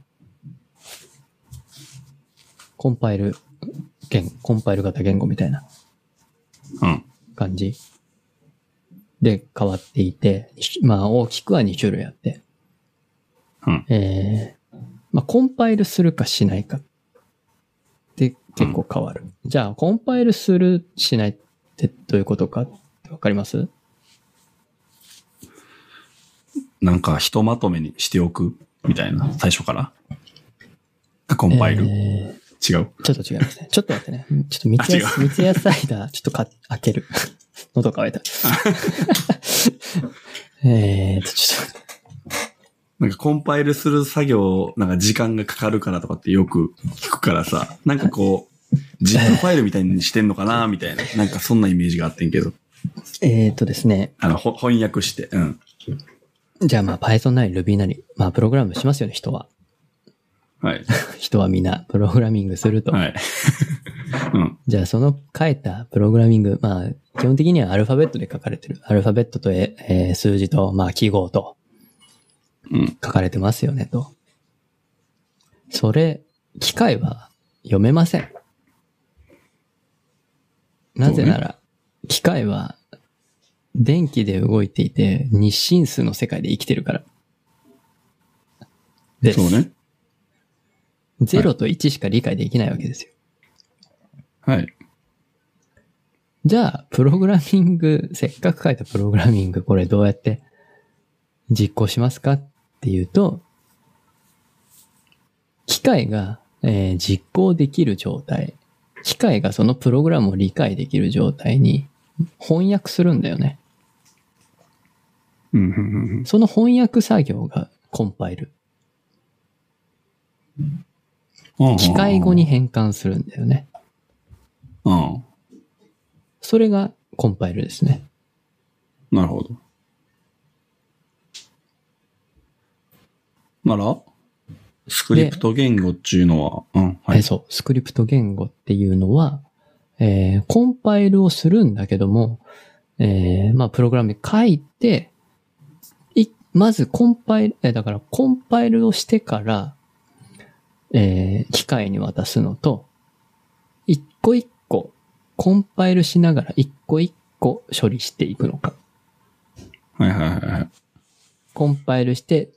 コンパイル言、コンパイル型言語みたいなうん。感じで変わっていて、まあ大きくは2種類あって、うん。えー、まあコンパイルするかしないかって結構変わる。じゃあコンパイルする、しないってどういうことかってわかりますなんか、ひとまとめにしておくみたいな。最初から。あコンパイル。え違ーう。ちょっと違いますね。 ちょっと待ってね。ちょっと三ツ矢あ、三ツ矢サイダー、ちょっとか開け る。喉乾いた。えーと、ちょっと待って。なんか、コンパイルする作業、なんか、時間がかかるからとかってよく聞くからさ。なんかこう、ジップファイルみたいにしてんのかなみたいな。なんか、そんなイメージがあってんけど。えーとですね。あの、ほ翻訳して。うん。じゃあまあ Python なり Ruby なり、まあプログラムしますよね、人は。 はい。人はみんなプログラミングすると。はい。 うん。じゃあその書いたプログラミング、まあ基本的にはアルファベットで書かれてる。アルファベットとえ、えー数字と、まあ記号とうん。書かれてますよねと。それ、機械は読めません。なぜなら、機械は電気で動いていて日進数の世界で生きてるから。です。そうね。 0と1しか理解できないわけですよ。はい。じゃあ、プログラミング、せっかく書いたプログラミング、これどうやって実行しますかっていうと、機械が、えー実行できる状態、機械がそのプログラムを理解できる状態に翻訳するんだよね。うん、うんうん、その翻訳作業がコンパイル。うん。機械語に。変換するんだよね。うん。それがコンパイルですね。なるほど。なら、スクリプト言語っていうのは、うん、はえーい。そう、スクリプト言語っていうのは、えーコンパイルをするんだけども、えーまあ、プログラムに書いて、い、まずコンパイル、えーだからコンパイルをしてから、えー機械に渡すのと、一個一個、コンパイルしながら一個一個処理していくのか。はいはいはいはい。コンパイルして、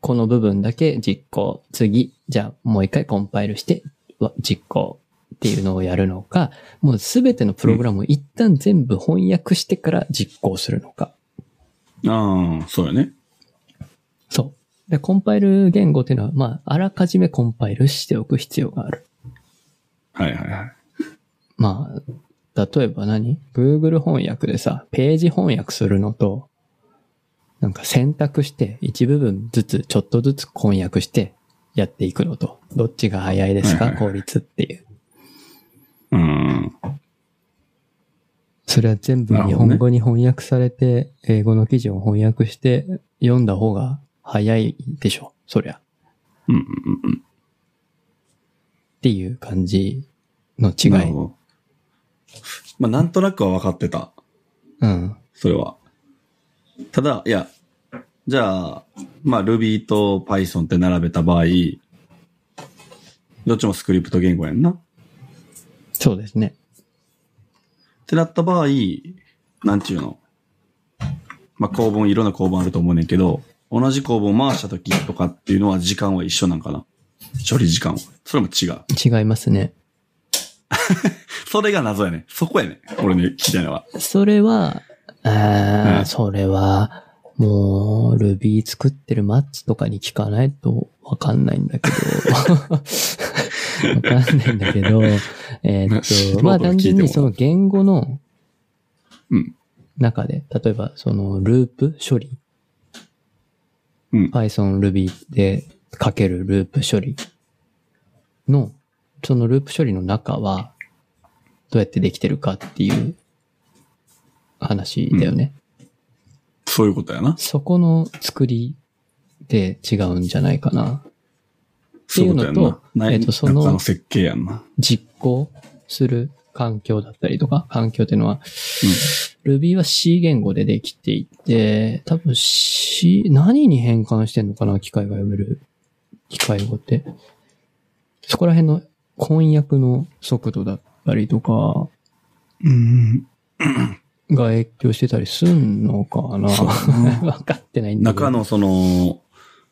この部分だけ実行。次、じゃあもう一回コンパイルして、わ実行っていうのをやるのか、もうすべてのプログラムを一旦全部翻訳してから実行するのか。ああ、そうよね。そう。で、コンパイル言語っていうのは、まあ、あらかじめコンパイルしておく必要がある。はいはいはい。まあ、例えば何 ?Google 翻訳でさ、ページ翻訳するのと、なんか選択して一部分ずつちょっとずつ翻訳してやっていくのと、どっちが早いですはかいはいはい効率っていう。うん。それは全部なるほ日どね本語に翻訳されて、英語の記事を翻訳して読んだ方が早いでしょ。そりゃ。うん、うん、うん。っていう感じの違なるいほ。ど。まあ、なんとなくは分かってた。うん。それは。ただ、いや、じゃあ、まあ Ruby と Python って並べた場合、どっちもスクリプト言語やんな。っそうですね。てなった場合、なんちゅうの。まあ構文、いろんな構文あると思うねんけど、同じ構文を回した時とかっていうのは時間は一緒なんかな。処理時間は。それも違う。違いますね。それが謎やねん。そこやねん。俺ね、聞きたいのは。それは、あーうんそれは、もう、Ruby 作ってるマッツとかに聞かないとわかんないんだけ ど、わかんないんだけど、え ーっと、まあ単純にその言語のうん。中で、例えばそのループ処理、うん。 Python、Ruby でかけるループ処理の、そのループ処理の中は、どうやってできてるかっていう話だよね。そういうことやな。そこの作りで違うんじゃないかな。そういうことやんっていうのなと。ないえっとその中の設計やんな。実行する環境だったりとか、環境っていうのは、Ruby は C 言語でできていて、多分 C、何に変換してんのかな機械が読める。機械語って。そこら辺の翻訳の速度だったりとか、うん。が影響してたりすんのかな そうだわかってないんだけど。中のその、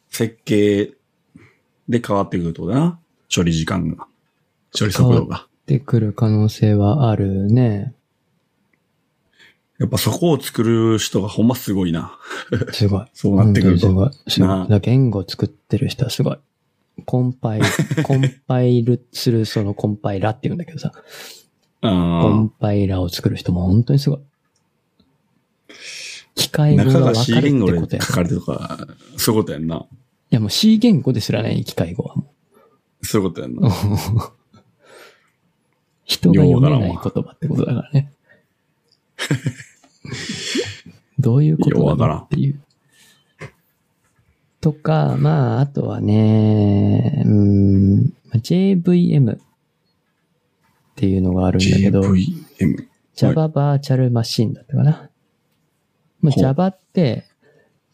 設計で変わってくるってことだな。処理時間が。処理速度が。ってくる可能性はあるね。やっぱそこを作る人がほんますごいな。すごい。そうなってくると。本当にすごい。すごいなあだから言語作ってる人はすごい。コンパイ ル、コンパイルするそのコンパイラって言うんだけどさ、コあンパイラを作る人も本当にすごい。機あ。械語中がが分 C かるっ言語てでこと書や。かれてるとか、そういうことやんな。いやもう C 言語ですらない、機械語はもそういうことやんうな。。人が読めない言葉ってことだから ね。どういうことだろうっていう。とか、まあ、あとはね、うーん、まあ JVM っていうのがあるんだけど、 JVM。 Java Virtual Machine だったかな。まあ、ほう Java って、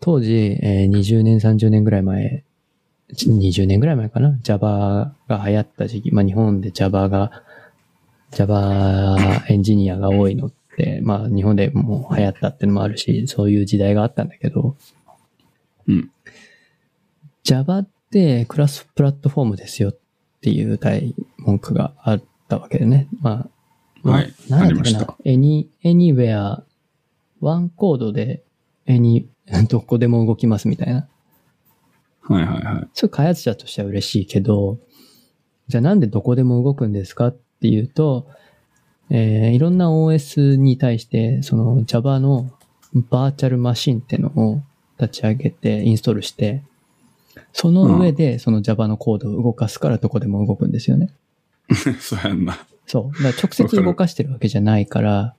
当時、えー20年、30年ぐらい前、ち20年ぐらい前かな ?Java が流行った時期、まあ日本で Java が、Java エンジニアが多いのって、まあ日本でもう流行ったってのもあるし、そういう時代があったんだけど、うん。 Java ってクラスプラットフォームですよっていう対文句があったわけでね。まあ、はいまあなんだっありまけしなた。 any, anywhere, ワンコードで any, どこでも動きますみたいな。はいはいはい。そう開発者としては嬉しいけど、じゃあなんでどこでも動くんですかっていうと、えーいろんな OS に対して、その Java のバーチャルマシンってのを立ち上げてインストールして、その上でその Java のコードを動かすからどこでも動くんですよね。 そうやんな。そう。だから直接動かしてるわけじゃないから、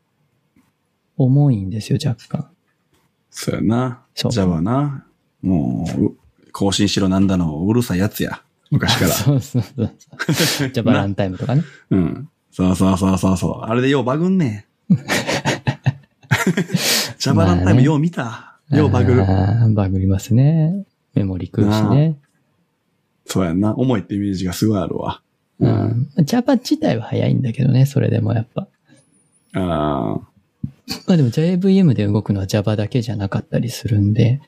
重いんですよ、若干。そうやな。そう Java な。もう、更新しろなんだのうるさいやつや。昔か ら。そうそうそう そう。Java ランタイムとかね。うん。そうそうそうそうそう。あれでようバグんね ん。Java ランタイムよう見た。ようバグる。あーバグりますね。メモリ食うしね。そうやんな。重いってイメージがすごいあるわ。う。ん。Java 自体は早いんだけどね、それでもやっぱ。ああ。まあでも JVM で動くのは Java だけじゃなかったりするんで、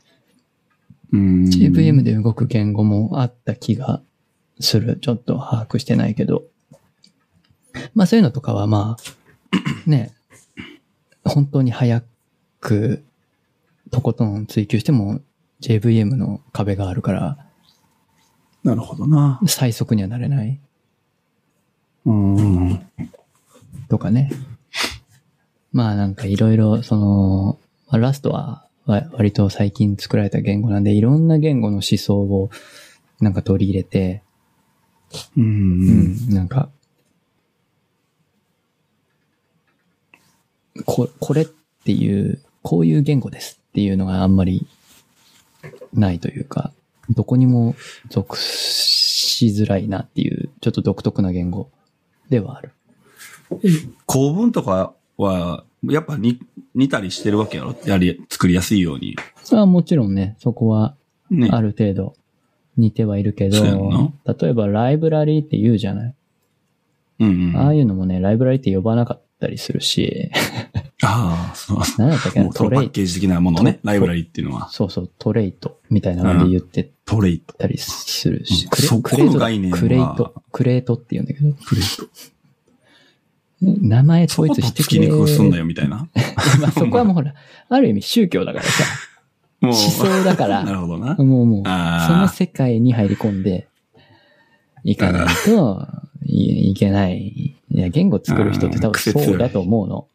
うん。 JVM で動く言語もあった気がする。ちょっと把握してないけど。まあそういうのとかはまあ、 ね、本当に早く、とことん追求しても JVM の壁があるから、なるほどな。最速にはなれないうん。とかね。まあなんかいろいろ、その、まあラストはわ割と最近作られた言語なんで、いろんな言語の思想をなんか取り入れて、う。うんん、なんか、こ、これっていう、こういう言語ですっていうのがあんまりないというか、どこにも属しづらいなっていう、ちょっと独特な言語ではある。構文とかは、やっぱに似たりしてるわけやろやり、作りやすいように。それはもちろんね、そこはね。ある程度似てはいるけそうやんどな、例えばライブラリーって言うじゃない。うんうん。あああいうのもね、ライブラリーって呼ばなかったりする し、あ、そうそ何だったっう。けもな、うそトのパレイ、ッケージ的なものね。ライブラリっていうのは。そうそう、トレイトみたいなので言ってトレイト。たりするし、うんクレそこのクレートだ概念はクレイト、クレートって言うんだけど、トレイト。名前そ統こ一としてっつくきれにくくすんだよ、みたいな。 まあそこはもうほら、ある意味宗教だからさ、もう 思。想だかなるら、ほどな。もうもう、あーその世界に入り込んでいかないといいけない。いや、言語作る人って多あ分ー癖強いそうだと思うの。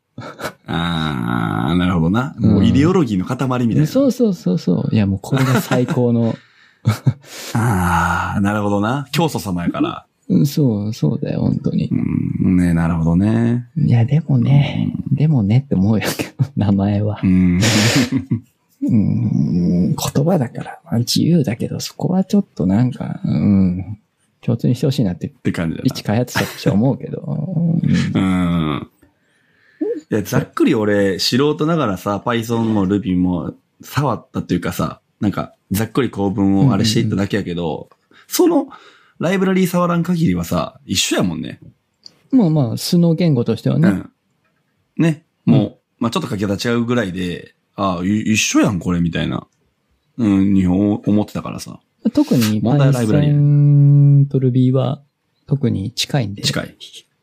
ああ、なるほどな。うんもうイデオロギーの塊みたいな。そうそうそうそう。いや、もうこれが最高の。ああ、なるほどな。教祖様やから。うんそう、そうだよ、本当にう。ん、ねなるほどね。いや、でもね、でもねって思うよけど、 名前はう。ん。 うん、言葉だから、まあ自由だけど、そこはちょっとなんか、うん、共通にしてほしいなって、って感じだな一開発者としては思うけど、うんうん。いや、ざっくり俺、素人ながらさ、Python も Ruby も触ったっていうかさ、なんか、ざっくり構文をあれしていっただけやけど、その、ライブラリー触らん限りはさ、一緒やもんね。もうまあ、素の言語としてはうね、ん。ね。もう、まあちょっと書き方違うぐらいで、ああ、い一緒やん、これ、みたいな。うん、日本思ってたからさ。特に問題はライブラリ Python と Ruby は特に近いんで、近い。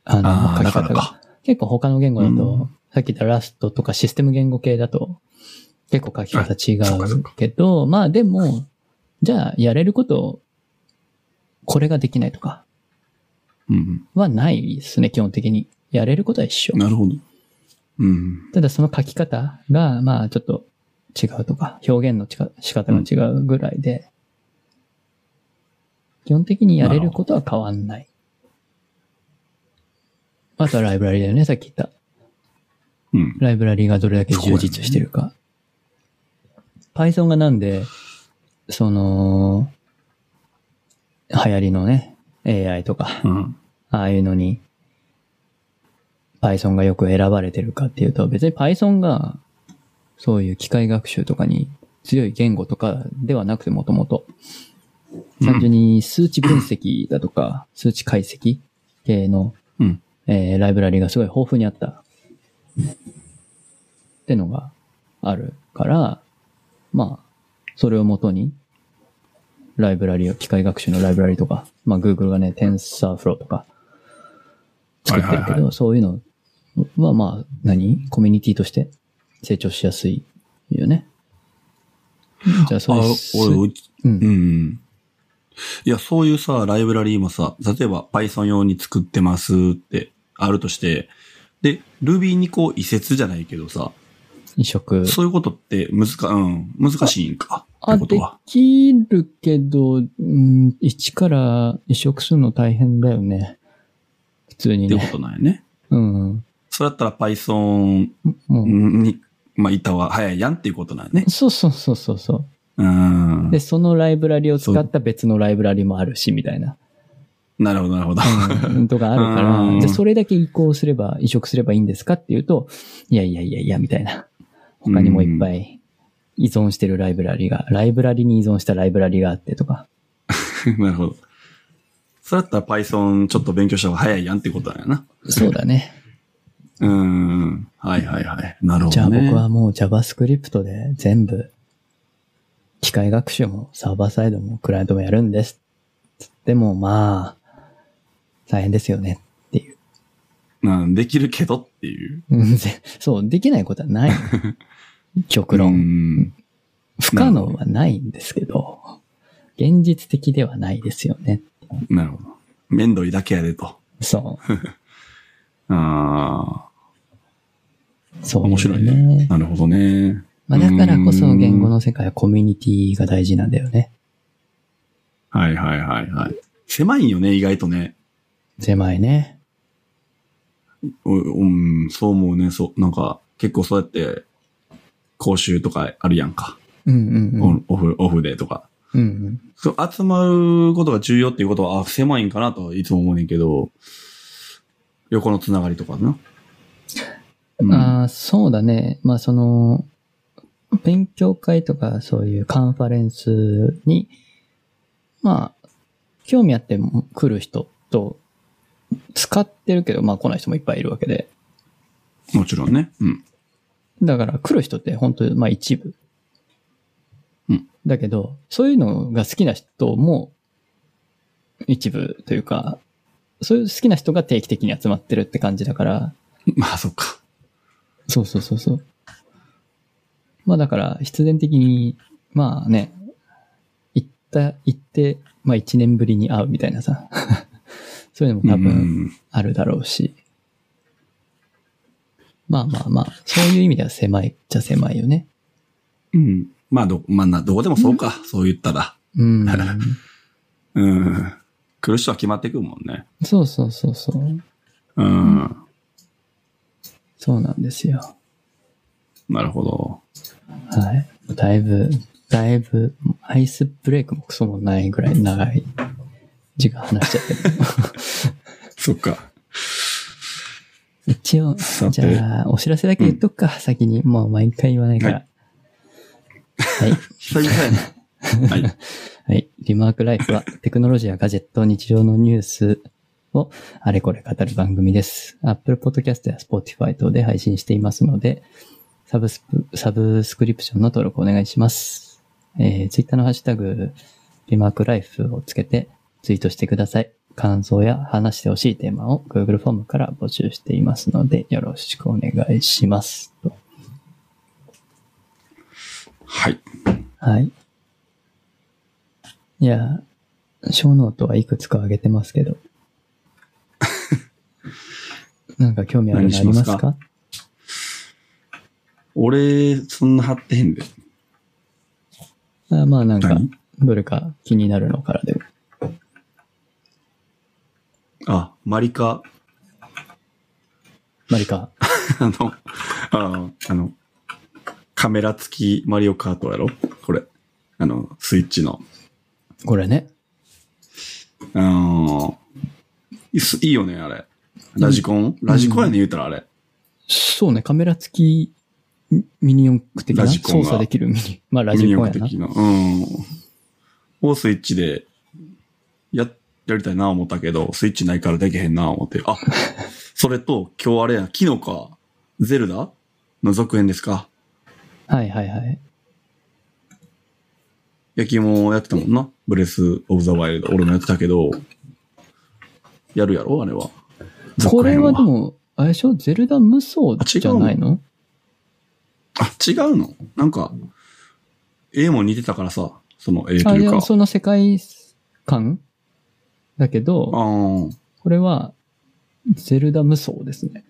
ああの、あ、書だきから方が。か。結構他の言語だうと、さっき言ったラストとかシステム言語系だと、結構書き方違あそうかそううかけど、まあでも、じゃあやれること、これができないとかうん。はないですね、基本的に。やれることは一緒。なるほど。うん。ただその書き方が、まあちょっと違うとか、表現のちか仕方が違うぐらいで、基本的にやれることは変わんない。あとはライブラリだよね、さっき言った。うん。ライブラリがどれだけ充実してるか。Python がなんで、その、流行りのね、AI とか、うん。ああいうのに、Python がよく選ばれてるかっていうと、別に Python が、そういう機械学習とかに強い言語とかではなくてもともと、単純に数値分析だとか、数値解析系の、うん。えーライブラリがすごい豊富にあった。ってのがあるから、まあ、それをもとに、ライブラリを、機械学習のライブラリとか、まあ Google がね、TensorFlow とか作ってるけど、はいはいはそういうのはまあ、何コミュニティとして成長しやすいよね。じゃああそういうす、俺、うちう、うんん。いや、そういうさ、ライブラリーもさ、例えば Python 用に作ってますってあるとして、で、Ruby にこう移設じゃないけどさ、移植。そういうことって難か、うん、難しいんか。っあ、てことでは。きるけど、うん、一から移植するの大変だよね。普通にってね。ことなんやね。うん。それだったら Python もう、に、まあ、いたは早いやんっていうことなんやね。そうそうそうそうそうう。んで、。そのライブラリを使った別のライブラリもあるし、みたいな。なるほど、なるほど。 うん、とかあるかうんら、じゃあそれだけ移行すれば、移植すればいいんですかっていうと、いやいやいやいや、みたいな。他にもいっぱい依存してるライブラリが、ライブラリに依存したライブラリがあってとか。 なるほど。それだったら Python ちょっと勉強した方が早いやんってことなんやな。そうだね。うん。はいはいはい。なるほど、ね。じゃあ僕はもう JavaScript で全部、機械学習もサーバーサイドもクライアントもやるんです。でもまあ、大変ですよねっていう。うん、できるけどっていう。うん ぜそう、できないことはない。極う論。ん。不可能はないんですけど、現実的ではないですよね。なるほど。面倒いだけやでと。そあう。そあ、う、面白いね。。なるほどね。まあ、だからこそ言語の。の世界はコミュニティが大事なんだよね。はいはいはいはい。狭いよね、意外とね。狭いね。ううん、そう思うね。そう、なんか、結構そうやって、講習とかあるやんか。うんうんうん。オフ、オフでとか。うんうん、そう、集まることが重要っていうことは、あ、狭いんかなといつも思うねんけど、横のつながりとかな。うんああ、そうだね。まあ、その、勉強会とかそういうカンファレンスに、まあ、興味あっても来る人と、使ってるけど、まあ来ない人もいっぱいいるわけで。もちろんね。うん。 だから来る人って本当まあ一部。うんだけど、そういうのが好きな人も、一部というか、そういう好きな人が定期的に集まってるって感じだから、まあ、そっか。そうそうそうそう。まあだから、必然的に、まあね、行った、行って、まあ一年ぶりに会うみたいなさ、 そういうのも多う分んあるだろうし。まあまあまあ、そういう意味では狭いっちゃ狭いよね。うん。まあ、ど、まあな、どこでもそうか。そう言ったら。 うん。うん。来る人は決まってくるもんね。そうそうそうそう。うん。そうなんですよ。なるほど。はい。だいぶ、だいぶ、アイスブレイクもクソもないぐらい長い時間話しちゃってる。そっか。一応、さてじゃあ、お知らせだけ言っとくか、先に。もう毎回言わないから。はい。久々や な。はい。はい。リマークライフは、テクノロジーやガジェット、日常のニュースをあれこれ語る番組です。Apple Podcast や Spotify 等で配信していますので、サブスプ、サブスクリプションの登録お願いします。えー、Twitter のハッシュタグ、リマークライフをつけてツイートしてください。感想や話してほしいテーマを Google フォームから募集していますので、よろしくお願いします。とはい。はい。いや、小ノートはいくつか上げてます けど。なんか興味あるのあります何しますかか俺、そんな張ってへんで。あまあなんか何、どれか気になるのからでも。あ、マリカ、 マリカ。あの、ああの、カメラ付きマリオカートやろこれ。あの、スイッチの。これね。あのいいっすいいよね、あれ。ラジコン、ラジコンやね、言うたらあれ。そうね、カメラ付きミミニ四駆的なラジコ操ンが作できるミニ。まあラジコンやな。ミニオク的な。うん。をスイッチで、や、やりたいな思ったけど、スイッチないからできへんな思って。あ、それと、今日あれや、昨日か、ゼルダの続編ですか。はいはいはい。焼き芋やってたもんな。ブレス・オブ・ザ・ワイルド。俺もやってたけど、やるやろあれは。これはで続編も、あれでしょゼルダ無双じゃないのあ、違うのなんか、絵も似てたからさ、その絵とあ、いいうか。や、あその世界観だけど、ーこれは、ゼルダ無双ですね。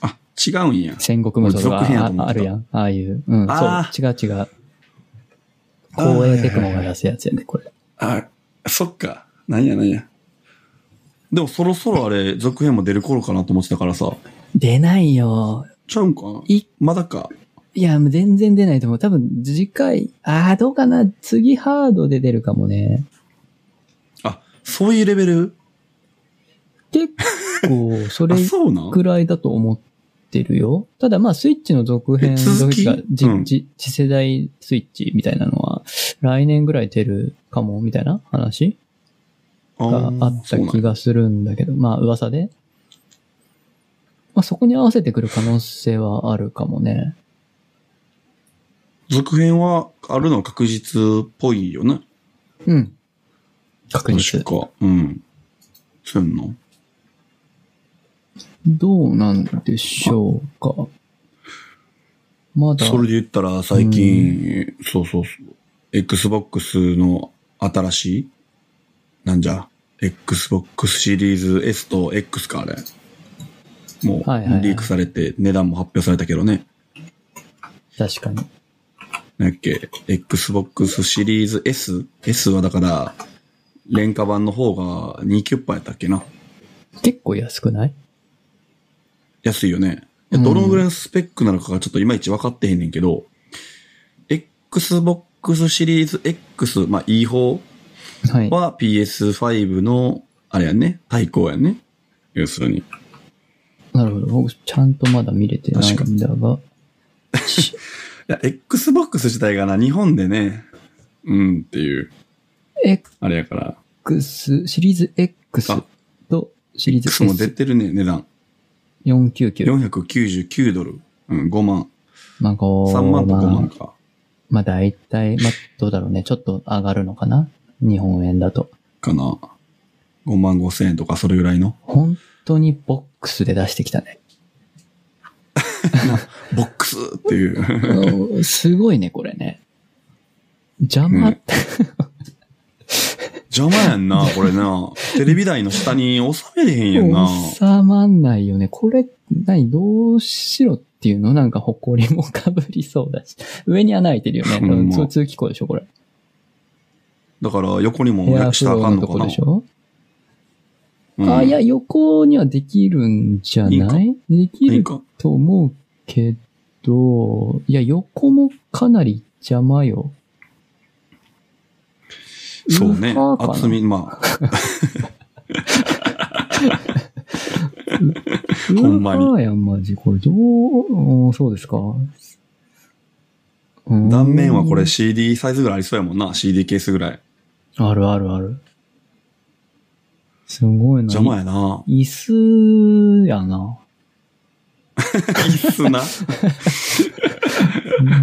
あ、違うんや。戦国無双が俺続編やとあ思あってたるやん。ああいう。うん、あそう。違う違う。光栄テクノが出すやつやね、これ。あ、そっか。なんやなんや。でもそろそろあれ、続編も出る頃かなと思ってたからさ。出ないよ。ちゃうんかないまだか。いや、もう全然出ないと思う。多分、次回、ああ、どうかな。次ハードで出るかもね。あ、そういうレベル結構、そ あ、れそうなんくらいだと思ってるよ。ただまあ、スイッチの続編、え続続ききうがんじじ次世代スイッチみたいなのは、来年ぐらい出るかも、みたいな話があったそうなん気がするんだけど、まあ、噂で。まあ、そこに合わせてくる可能性はあるかもね。続編はあるの確実っぽいよね。うん。確実。確か。うん。そうやんのどうなんでしょうか。まだ、それで言ったら最近、そうそうそう。Xbox の新しいなんじゃ ?Xbox シリーズ S と X か、あれ。もう、はいはいはいリークされて、値段も発表されたけどね。確かに。なんやっけ ?Xbox シリーズ S?S はだから、廉価版の方が2キュッパーやったっけな。結構安くない安いよね。いうやんどのぐらいのスペックなのかがちょっといまいち分かってへんねんけど、Xbox シリーズ X、まあ、E 方はい。は PS5 の、あれやね、対抗やね。要するに。なるほど。僕、ちゃんとまだ見れてないんだが。いや、Xbox 自体がな、日本でね、うんっていう、あれやから。 X、シリーズ X あとシリーズ X も出 S499。てるね、値段。499ドル。うん、5万。まあ、こう、 3万と5ま万あ、か。まあ、大体、まあ、どうだろうね。ちょっと上がるのかな日本円だと。かな。5万5千円とか、それぐらいの。本当にボックスで出してきたね。ボックスっていう。うんすごいね、これね。邪魔って、邪魔やん な、これな。テレビ台の下に収めれへんやんな。収まんないよね。これ、何、どうしろっていうのなんか、ほこりもかぶりそうだし。上に穴開いてるよね。多ほ分、ん通ま通気口でしょ、これ。だから、横にもエアしフたらあローのかんのとかこなで。しょ、うんあ、いや、横にはできるんじゃないできいいるか。と思うけど、いや、横もかなり邪魔よ。そうねウーファ。ーかな厚み、まあ、ほんまにウーファーやん、マジ。これ、どう、うんそうですかうん断面はこれ CD サイズぐらいありそうやもんな。CD ケースぐらい。あるあるある。すごいな。邪魔やな。 椅子や な。椅子な。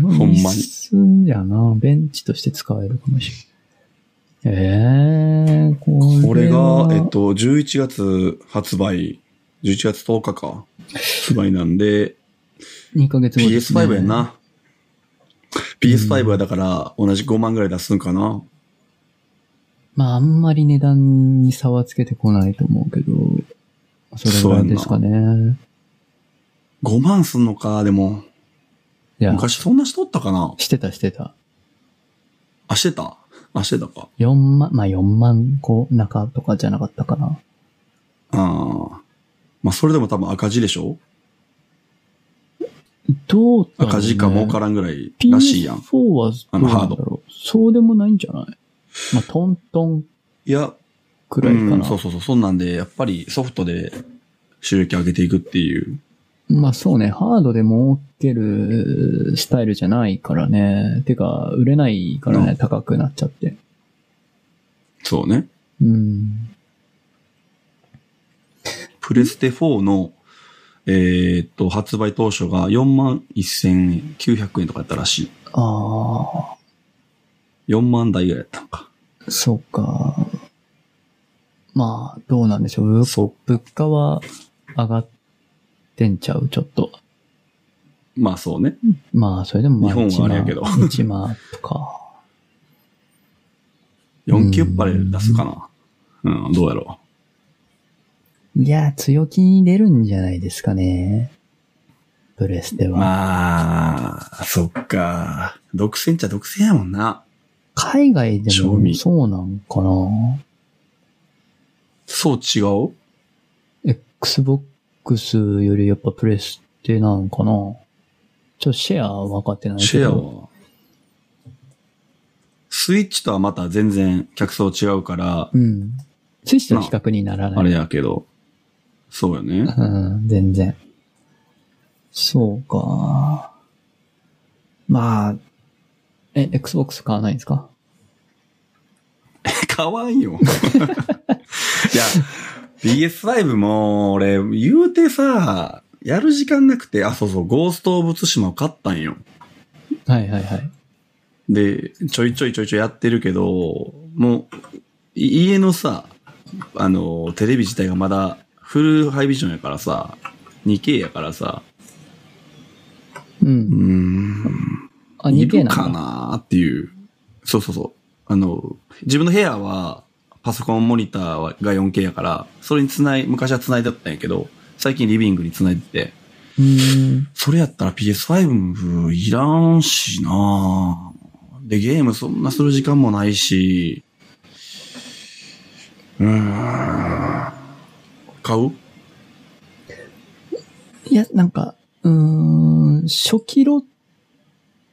ほんまに椅子やな。ベンチとして使えるかもしれない。ええー、ここれれはが、えっと、11月発売、11月10日か。発売なんで、 2ヶ月後ですね PS5 や。な。PS5 はだから、同じ5万ぐらい出すんかな。まあ、あんまり値段に差はつけてこないと思うけど、それぐらいですかね。 5万すんのか、でも。いや、昔そんなしとったかなしてたしてた。あ、してたあ、してたか。 4万、まあ4万個中とかじゃなかったかな。ああ。まあ、それでも多分赤字でしょどうだろう、ね、赤字か儲からんぐらいらしいやん。 PS4 はどうなんだろう。そうでもないんじゃないまあ、トントンいや、くらいかな。うんそうそうそう。そんなんで、やっぱりソフトで収益上げていくっていう。まあそうね、ハードで儲けるスタイルじゃないからね。てか、売れないからね、うん高くなっちゃって。そうね。うん。プレステ4の、えーっと、発売当初が4万1900円とかやったらしい。あ4万台ぐらいやったんか。あ、そうか。まあ、どうなんでしょう。物そ物価は上がってんちゃう、ちょっと。う。まあそうね。まあ、それでもまあ、日本はあれやけど1万とか。 4キュッパで出すかな。うん、どうやろいや、強気に出るんじゃないですかね。プレステう。は。まあ、そっか。独占っちゃ独占やもんな。海外で賞も味そうなんかなそう違う ?Xbox よりやっぱプレステなんかなちょっとシェアは分かってないシけど。ェアは。スイッチとはまた全然客層違うから、うん。スイッチと比較にならない。あれやけど。そうよね。 うん、全然。そうか。まあ、え、Xbox 買わないんですか買わんよ。いや、PS5 も、俺、言うてさ、やる時間なくて、あ、そうそう、ゴースト・オブ・ツシマを買ったんよ。はいはいはい。で、ちょいちょいちょいちょいやってるけど、もう、い家のさ、あの、テレビ自体がまだフルハイビジョンやからさ、2K やからさ、ううーん。ん、あ、い 2K るなんだかなーっていう。そうそうそう。あの、自分の部屋は、パソコンモニターはが 4K やから、それにつない、昔はつないだったんやけど、最近リビングにつないでて、うん。それやったら PS5 いらんしなで、ゲームそんなする時間もないし、うーん。買ういや、なんか、うーん、初期ロッ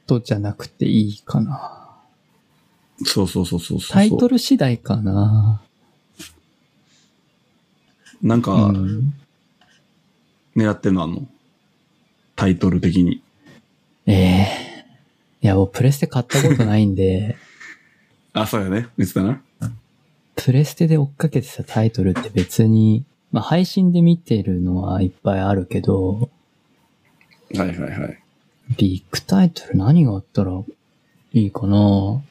トじゃなくていいかな。そうそうそうそうそう。タイトル次第かな。なんか、うん狙ってんのあんのタイトル的に。ええいや、もうプレステ買ったことないんで、 あ、そうやね。言ってたな。プレステで追っかけてたタイトルって別に、まあ配信で見てるのはいっぱいあるけど、はいはいはい。ビッグタイトル何があったらいいかな。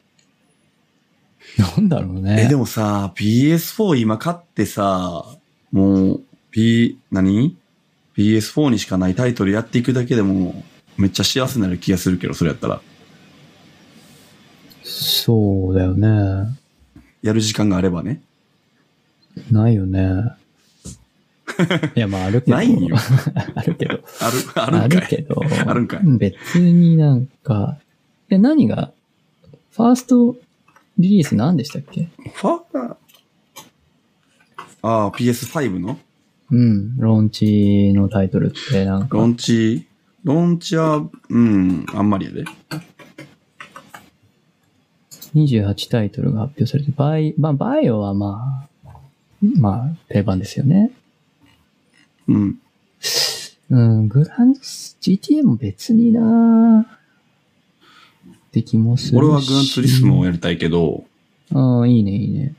なんだろうね。え、でもさ、PS4 今買ってさ、もう、P、何 ?PS4 にしかないタイトルやっていくだけでも、めっちゃ幸せになる気がするけど、それやったら。そうだよね。やる時間があればね。ないよね。いや、まああるけど。ないんよ。 あるけど。ある、 ああるんかるい。けど。 あるんかい別になんか、え、何が、ファーストリリース何でしたっけファーああ、PS5 のうん、ローンチのタイトルってなんか、ローンチ、ローンチは、うん、あんまりやで。 28タイトルが発表されて、バイ、まあ、バイオはまあ、まあ、定番ですよね。うん。うん、グランドス、GTA も別になって気もするし。俺はグランツーリスモをやりたいけど、ああ、いいね、いいね。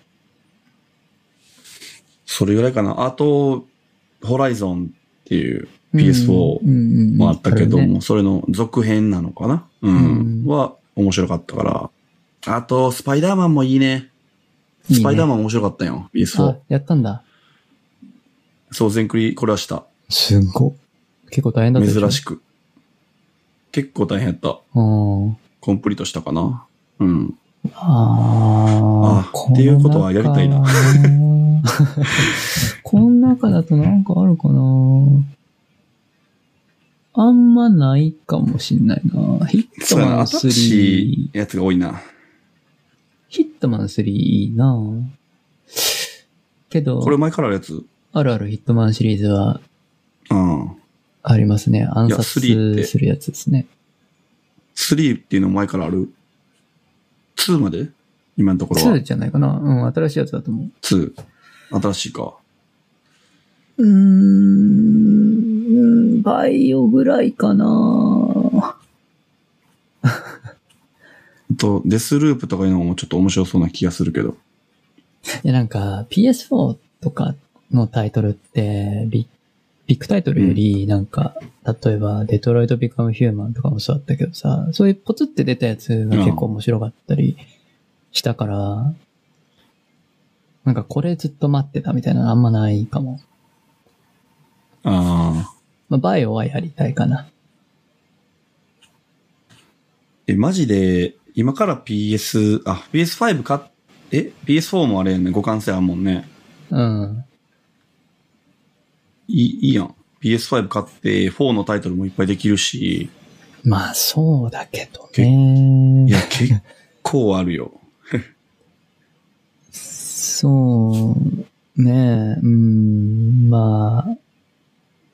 それぐらいかな。あと、ホライゾンっていううん PS4 うんうんうんもあったけども、るねそれの続編なのかなううんん。は、面白かったから。あと、スパイダーマンもいいね。いいねスパイダーマン面白かったよ。あ PS4。、やったんだ。そう、全クリ、これはした。すんご。結構大変だったでょ珍しく。結構大変やった。うん。コンプリートしたかなうん。あああーっていうことはやりたいな。この中この中だとなんかあるかなあんまないかもしんないな。ヒットそうやマンな、新し3い。やつが多いな。ヒットマン3いいなけどこ、れ前からあるやつあるあるヒットマンシリーズはうん。ありますね。暗スリーって殺するやつですね。 3っていうの前からある ?2 まで今のところは2。じゃないかな。うん、新しいやつだと思う。 2。新しいか。うーん、バイオぐらいかな。あと、デスループとかいうのもちょっと面白そうな気がするけど。いや、なんか PS4 とかのタイトルって、ビビッグタイトルより、なんか、例えば、デトロイト・ビカム・ヒューマンとかもそうだったけどさ、そういうポツって出たやつが結構面白かったりしたから、なんかこれずっと待ってたみたいなのあんまないかも。ああ。まあ、バイオはやりたいかな。え、マジで、今から PS、あ、PS5 買っ、え ?PS4 もあれやんね。互換性あるもんね。うん。いい、いいやん。PS5 買って、4のタイトルもいっぱいできるし、まあ、そうだけどね。いや、結構あるよ。そう、ねえ、うん、まあ、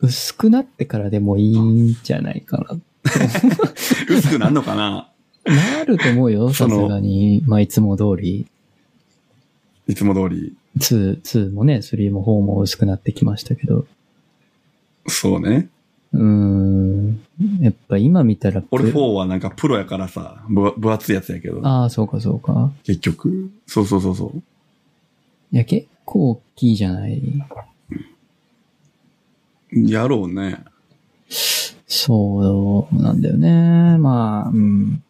薄くなってからでもいいんじゃないか 薄くなんのかなな。なると思うよ、そさのすがに。まあ、いつも通り。いつも通り。 2、2もね、3も4も薄くなってきましたけど。そうね。うーん。やっぱ今見たらプ、俺4はなんかプロやからさ、ぶ分厚いやつやけど、ああ、そうかそうか。結局。そうそうそうそう。いや、結構大きいじゃない。やろうね。そうなんだよね。まあ、うん。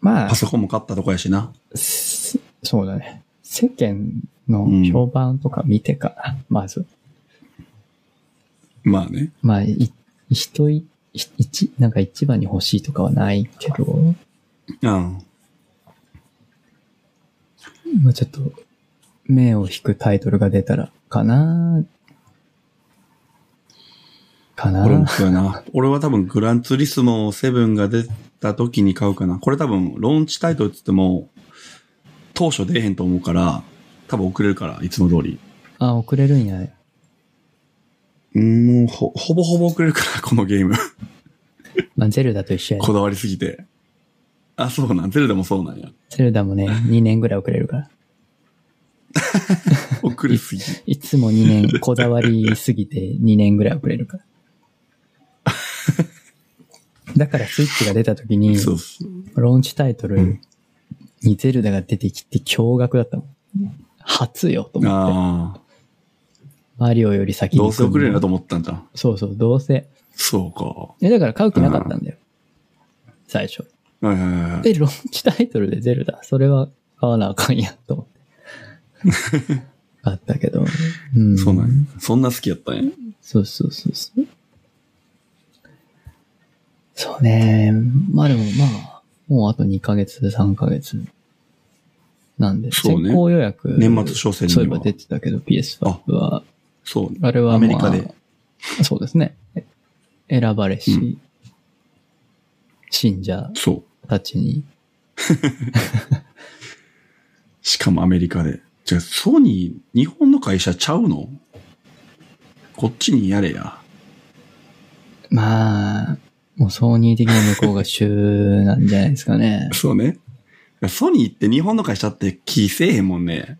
まあパ、ソコンも買ったとこやしな。せそうだね。世間の評判とか見てから、まず。まあね。まあ、い、人い、ひ一、なんか一番に欲しいとかはないけど、うん。まあちょっと、目を引くタイトルが出たら、かなかな俺もそうやな。俺は多分グランツーリスモ7が出た時に買うかな。これ多分ローンチタイトルって言っても、当初出えへんと思うから、多分遅れるから、いつも通り。あ、遅れるんや。うん、もうほ、ほぼほぼ遅れるから、このゲーム。まあゼルダと一緒やねこ。だわりすぎて。あ、そうなん。ゼルダもそうなんや。ゼルダもね、2年ぐらい遅れるから。遅れすぎ。いつも2年、こだわりすぎて2年ぐらい遅れ るから。だからスイッチが出た時に、そうっす。ローンチタイトルにゼルダが出てきて驚愕だったもん。初よ、と思って。ああ。マリオより先に。どうせ遅れるなと。思ったんじゃん。そうそう、どうせ。そうか。え、だから買う気なかったんだよ。最初。はいはいはい。え、ローンチタイトルでゼルダそれは買わなあかんや、と思って。 あったけど。うん。そうなんや。そんな好きやったんや。そうそうそうそう。そうね。まあでもまあ、もうあと2ヶ月、3ヶ月。なんで、そうね先行予約。年末商戦にそはういえば出てたけど PS5 は、そうね。あれは、アメリカで。。そうですね。選ばれし、う信者そう。たちに。しかもアメリカで。じゃあ、ソニー、日本の会社ちゃうのこっちにやれや。。まあ、もうソニー的な向こうが主なんじゃないですかね そうね。ソニーって日本の会社って気せえへんもんね。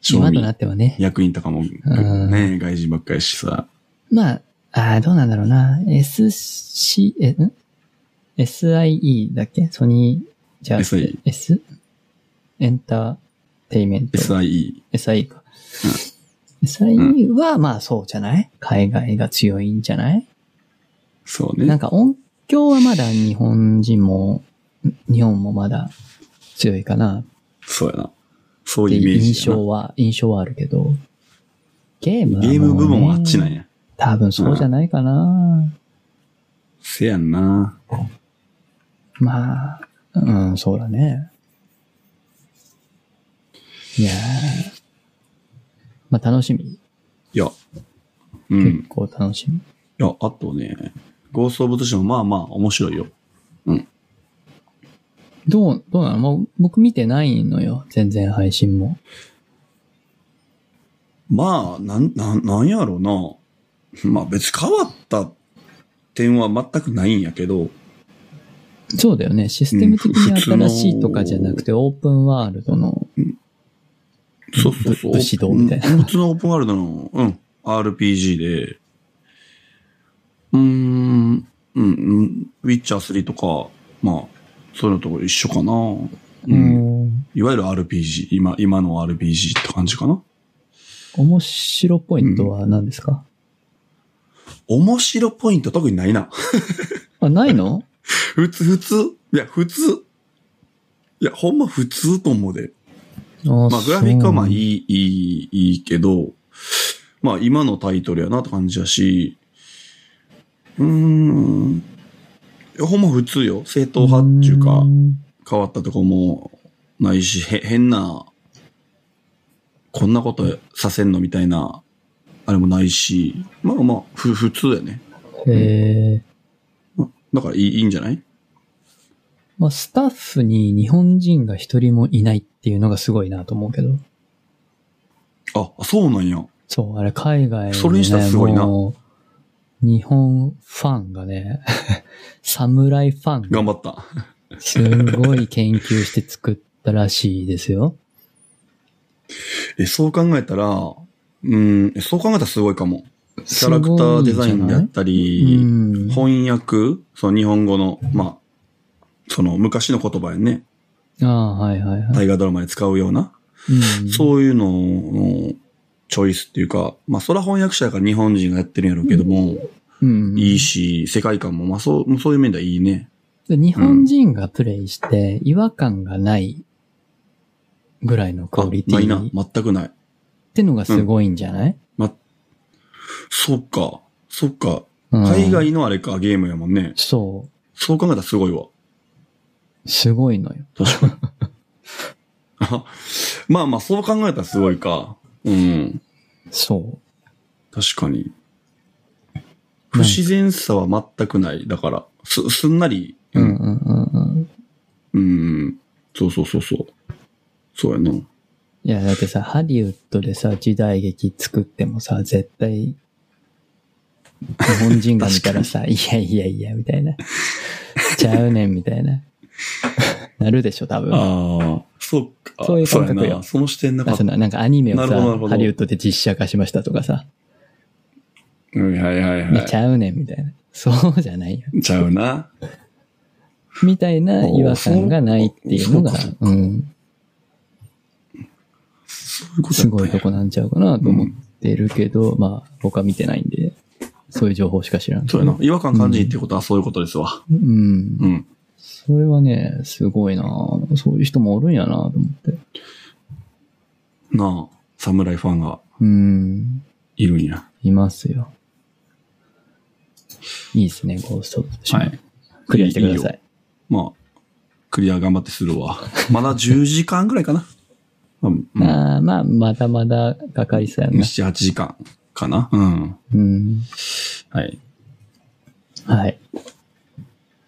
正今味となってはね。役員とかも、んね外人ばっかりやしさ。まあ、あーどうなんだろうな。SC、え、ん ?SIE だっけソニー、じゃあ、 SIE S? エンターテイメント。 SIE。 SIE か。SIE は、まあそうじゃない海外が強いんじゃないそうなねん。か音響はまだ日本人も、ん日本もまだ強いかなそうやな。そうっていうイメージやな。印象は、印象はあるけど、ゲームはもうねゲーム部門はあっちなんや。多分そうじゃないかな。せやんな。まあ、うん、そうだね。いやーまあ楽しみ。いや。う結ん。構楽しみ。いや、あとね、ゴーストオブとしてもまあまあ面白いよ。どう、どうなのもう僕見てないのよ。全然配信も。まあ、なん、なん、なんやろうな。まあ別に変わった点は全くないんやけど、そうだよね。システム的に新しいとかじゃなくて、オープンワールドの、そうそうそう。ぶ武士道みたいなうん普通のオープンワールドの、うん、RPG で、うーん、うん、うん、ウィッチャー3とか、まあ、そういうのと一緒かな。うん。うんいわゆる RPG、今、今の RPG って感じかな。面白ポイントは何ですか、面白ポイント特にないな。あ、ないの普通、普通。いや、普通。いや、ほんま普通と思うで。ままあ、グラフィックはまあいい。い、いい、いいけど、まあ今のタイトルやなって感じやし、うーん、いやほんま普通よ。正統派っていうか、ん変わったとこもないし、へ変な、こんなことさせんのみたいな、あれもないし、まあまあ、ふ普通やね。えーだからいいいいんじゃないまあ、スタッフに日本人が一人もいないっていうのがすごいなと思うけど。あ、そうなんや。そう、あれ、海外の、ね、それにしたらすごいなもう日本ファンがね、 侍ファンが頑張った。 すごい研究して作ったらしいですよ。え、そう考えたら、うん、えそう考えたらすごいかも。キャラクターデザインであったすり、ごいんじゃない翻訳、その日本語の、まあ、その昔の言葉やね、うん。ああ、はいはいは大河ドラマで使うような、い。うん、そういうののチョイスっていうか、まあ、そら翻訳者やから日本人がやってるんやろうけども、うん。いいし、世界観も、まあ、そう、そういう面ではいいね。で日本人がプレイして違和感がないぐらいのクあオリテないな、ィっ全くない。てのがすごいんじゃない、そっか、そっか、うん海外のあれか、ゲームやもんね。そそう考えたらすごいわ。う。すごいのよ。確かに。 あまあまあ、そう考えたらすごいか。うん。そ確かに。不自然さは全くない。だから、す、すんなり。う。うん。うんうんうん。うん。そうそうそうそう。そうやな。いや、だってさ、ハリウッドでさ、時代劇作ってもさ、絶対、日本人が見たら さ、いやいやいや、みたいな。ちゃうねん、みたいな。なるでしょ、多分。ああ、そっか。そういう感覚よそやなその視点なかあったそ。のなんかアニメをなるほどなるさほ、どハリウッドで実写化しましたとかさ、うん、はいはいいやはちゃうねん、みたいな。そうじゃないよ。い。ちゃうな。みたいな違和感がないっていうのがおーそうう、ん、すそういうことやったんごやいとこなんちゃうかなと思ってるけど、まあ、僕は見てないんで、そういう情報しか知らんけそど。うやな。違和感感じんってことはそういうことですわ。うん。うん。それはね、すごいなぁそういう人もおるんやなぁと思って。なあ、侍ファンがうん。いるんや。いますよ。いいですね、ゴーストオブツシマはい。クリアしてください。まあ、クリア頑張ってする わ。まだ10時間ぐらいかな。うん。うんあーまあ、まだまだかかりそうやな。 7、8時間かな。うん。うん。はい。はい。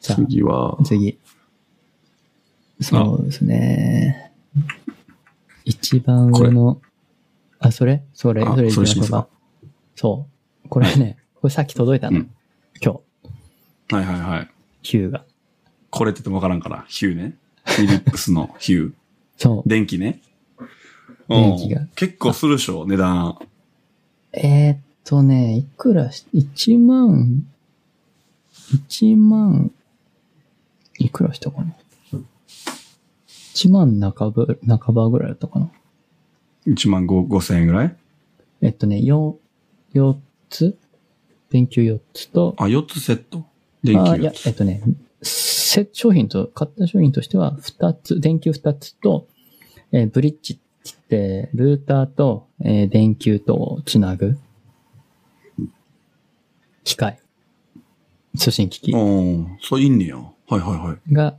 じゃ次はあ、、次。そうですね。一番上の、あ、それそれあそれ行きそまれししょまうすかか。そう。これね、これさっき届いたの。うん今日、はいはいはい。 Q が。これって言ってもわからんから、ヒューね。フィリップスのヒュー。そう。電気ね。電気がうん結構するでしょ、値段。えーっとね、いくらし、1万、1万、いくらしたかな ?1 万半ば、半ばぐらいだったかな1万5、5千円ぐらいえっとね、4、4つ電球4つと、あ、4つセット。電あ気いやが。、えっとね、せ商品と、買った商品としては2つ、電球2つと、えーブリッジって言って、ルーターと、えー電球とをつなぐ、機械、通信機器うん。そういんねや。はいはいはい。が、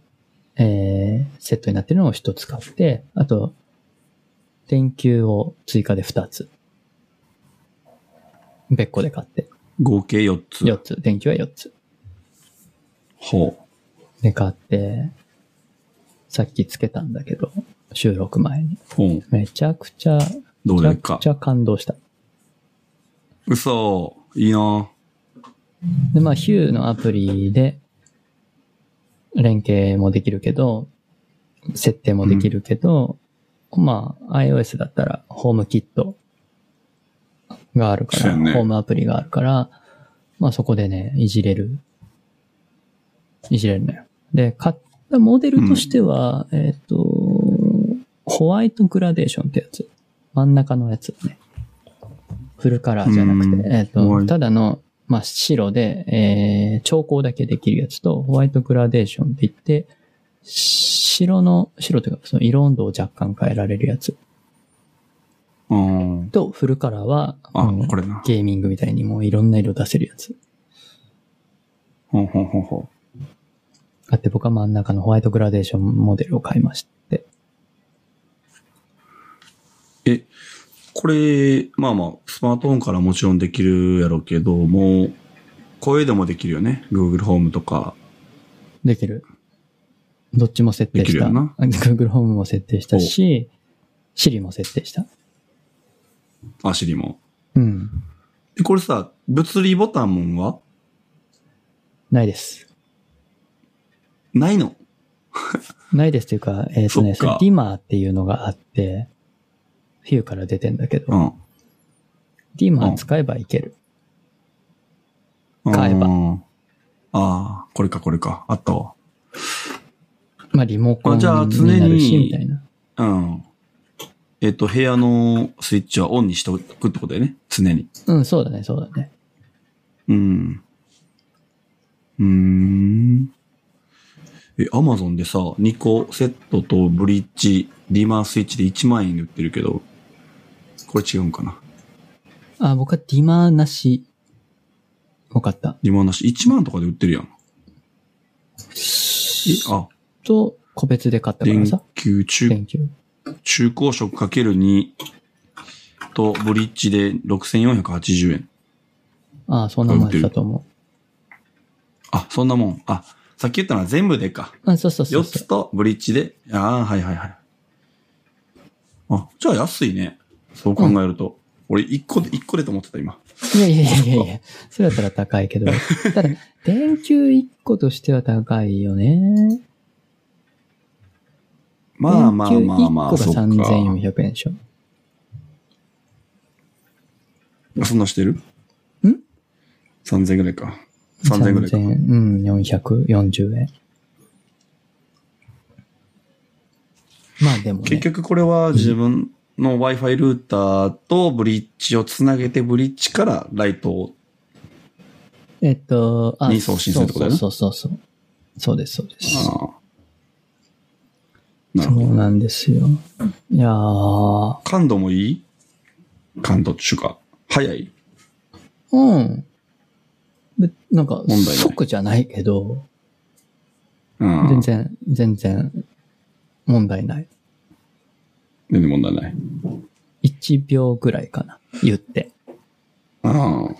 えーセットになってるのを1つ買って、あと、電球を追加で2つ。別個で買って。合計4つ。 4つ。電球は4つ。ほで買って、さっきつけたんだけど、収録前に。う。うん。めちゃくちゃ、どうめでちゃかくち。ゃ感動した。嘘。いいなで、まあ、ヒューのアプリで、連携もできるけど、設定もできるけど、まあ、iOS だったら、ホームキットがあるかそうら、やねホームアプリがあるから、まあ、そこでね、いじれる。いじれるのよ。で、買ったモデルとしては、えっ、と、ホワイトグラデーションってやつ。真ん中のやつね。フルカラーじゃなくて、うんえっ、ホワと、イトただの、まあ、白で、えー、調光だけできるやつと、ホワイトグラデーションって言って、白の、白というか、その色温度を若干変えられるやつうん。と、フルカラーは、あうん、これな。ゲーミングみたいにもういろんな色出せるやつ。ほんほんほんほん。あって、僕は真ん中のホワイトグラデーションモデルを買いまして。え、これ、まあまあ、スマートフォンからもちろんできるやろうけど、もう、声でもできるよね。Google ホームとか。できる。どっちも設定できしるた。よな Google ホームも設定したし、Siri も設定した。あ、シリも。うん。え、これさ、物理ボタンもはないです。ないのないですというか、えっ、とね、そそっれかディマーっていうのがあって、フィューから出てんだけど、うん。ディマー使えばいける。買えばば。ああ、これかこれか。あったわ。まあ、リモコンあにじゃなある常し、にみたいな。うん。えっと、部屋のスイッチはオンにしておくってことだよね。常に。うん、そうだね、そうだね。うん。うーん。え、アマゾンでさ、2個セットとブリッジ、リマースイッチで1万円で売ってるけど、これ違うんかな。あ、僕はディマーなし。わかった。リマーなし、1万とかで売ってるやん。え、あ、と、個別で買ったから電さ。球中電球。中高色 ×2 とブリッジで6480円。ああ、そんなもんやったと思あ、そんなもん。あ、さっき言ったのは全部でか。う。あ、そうそうそ4うそうつ。とブリッジで。ああ、はいはいはい。あ、じゃあ安いね。そう考えると。俺1個で、一個でと思ってた今。いやいやいやいやいや、それだったら高いけ ど。ただ、電球1個としては高いよね。まあまあまあまあ、電球そ1個っかが。3400円でしょ。そんなんしてるん ?3000 ぐらいか。3000ぐらいか。 3000うん、440円。まあでもね。結局これは自分の Wi-Fi ルーターとブリッジをつなげてブリッジからライトを。えっと、あに送信するってことだよねそうそうそうそう。そうです、そうです。ああなるそほどう。なんですよ。いやー、感度もいい感度っていうか、早いうん。でなんか、題ない即じゃないけど、う全。ん。然、全然、問題ない。全然問題ない。 1秒ぐらいかな、言って。うん。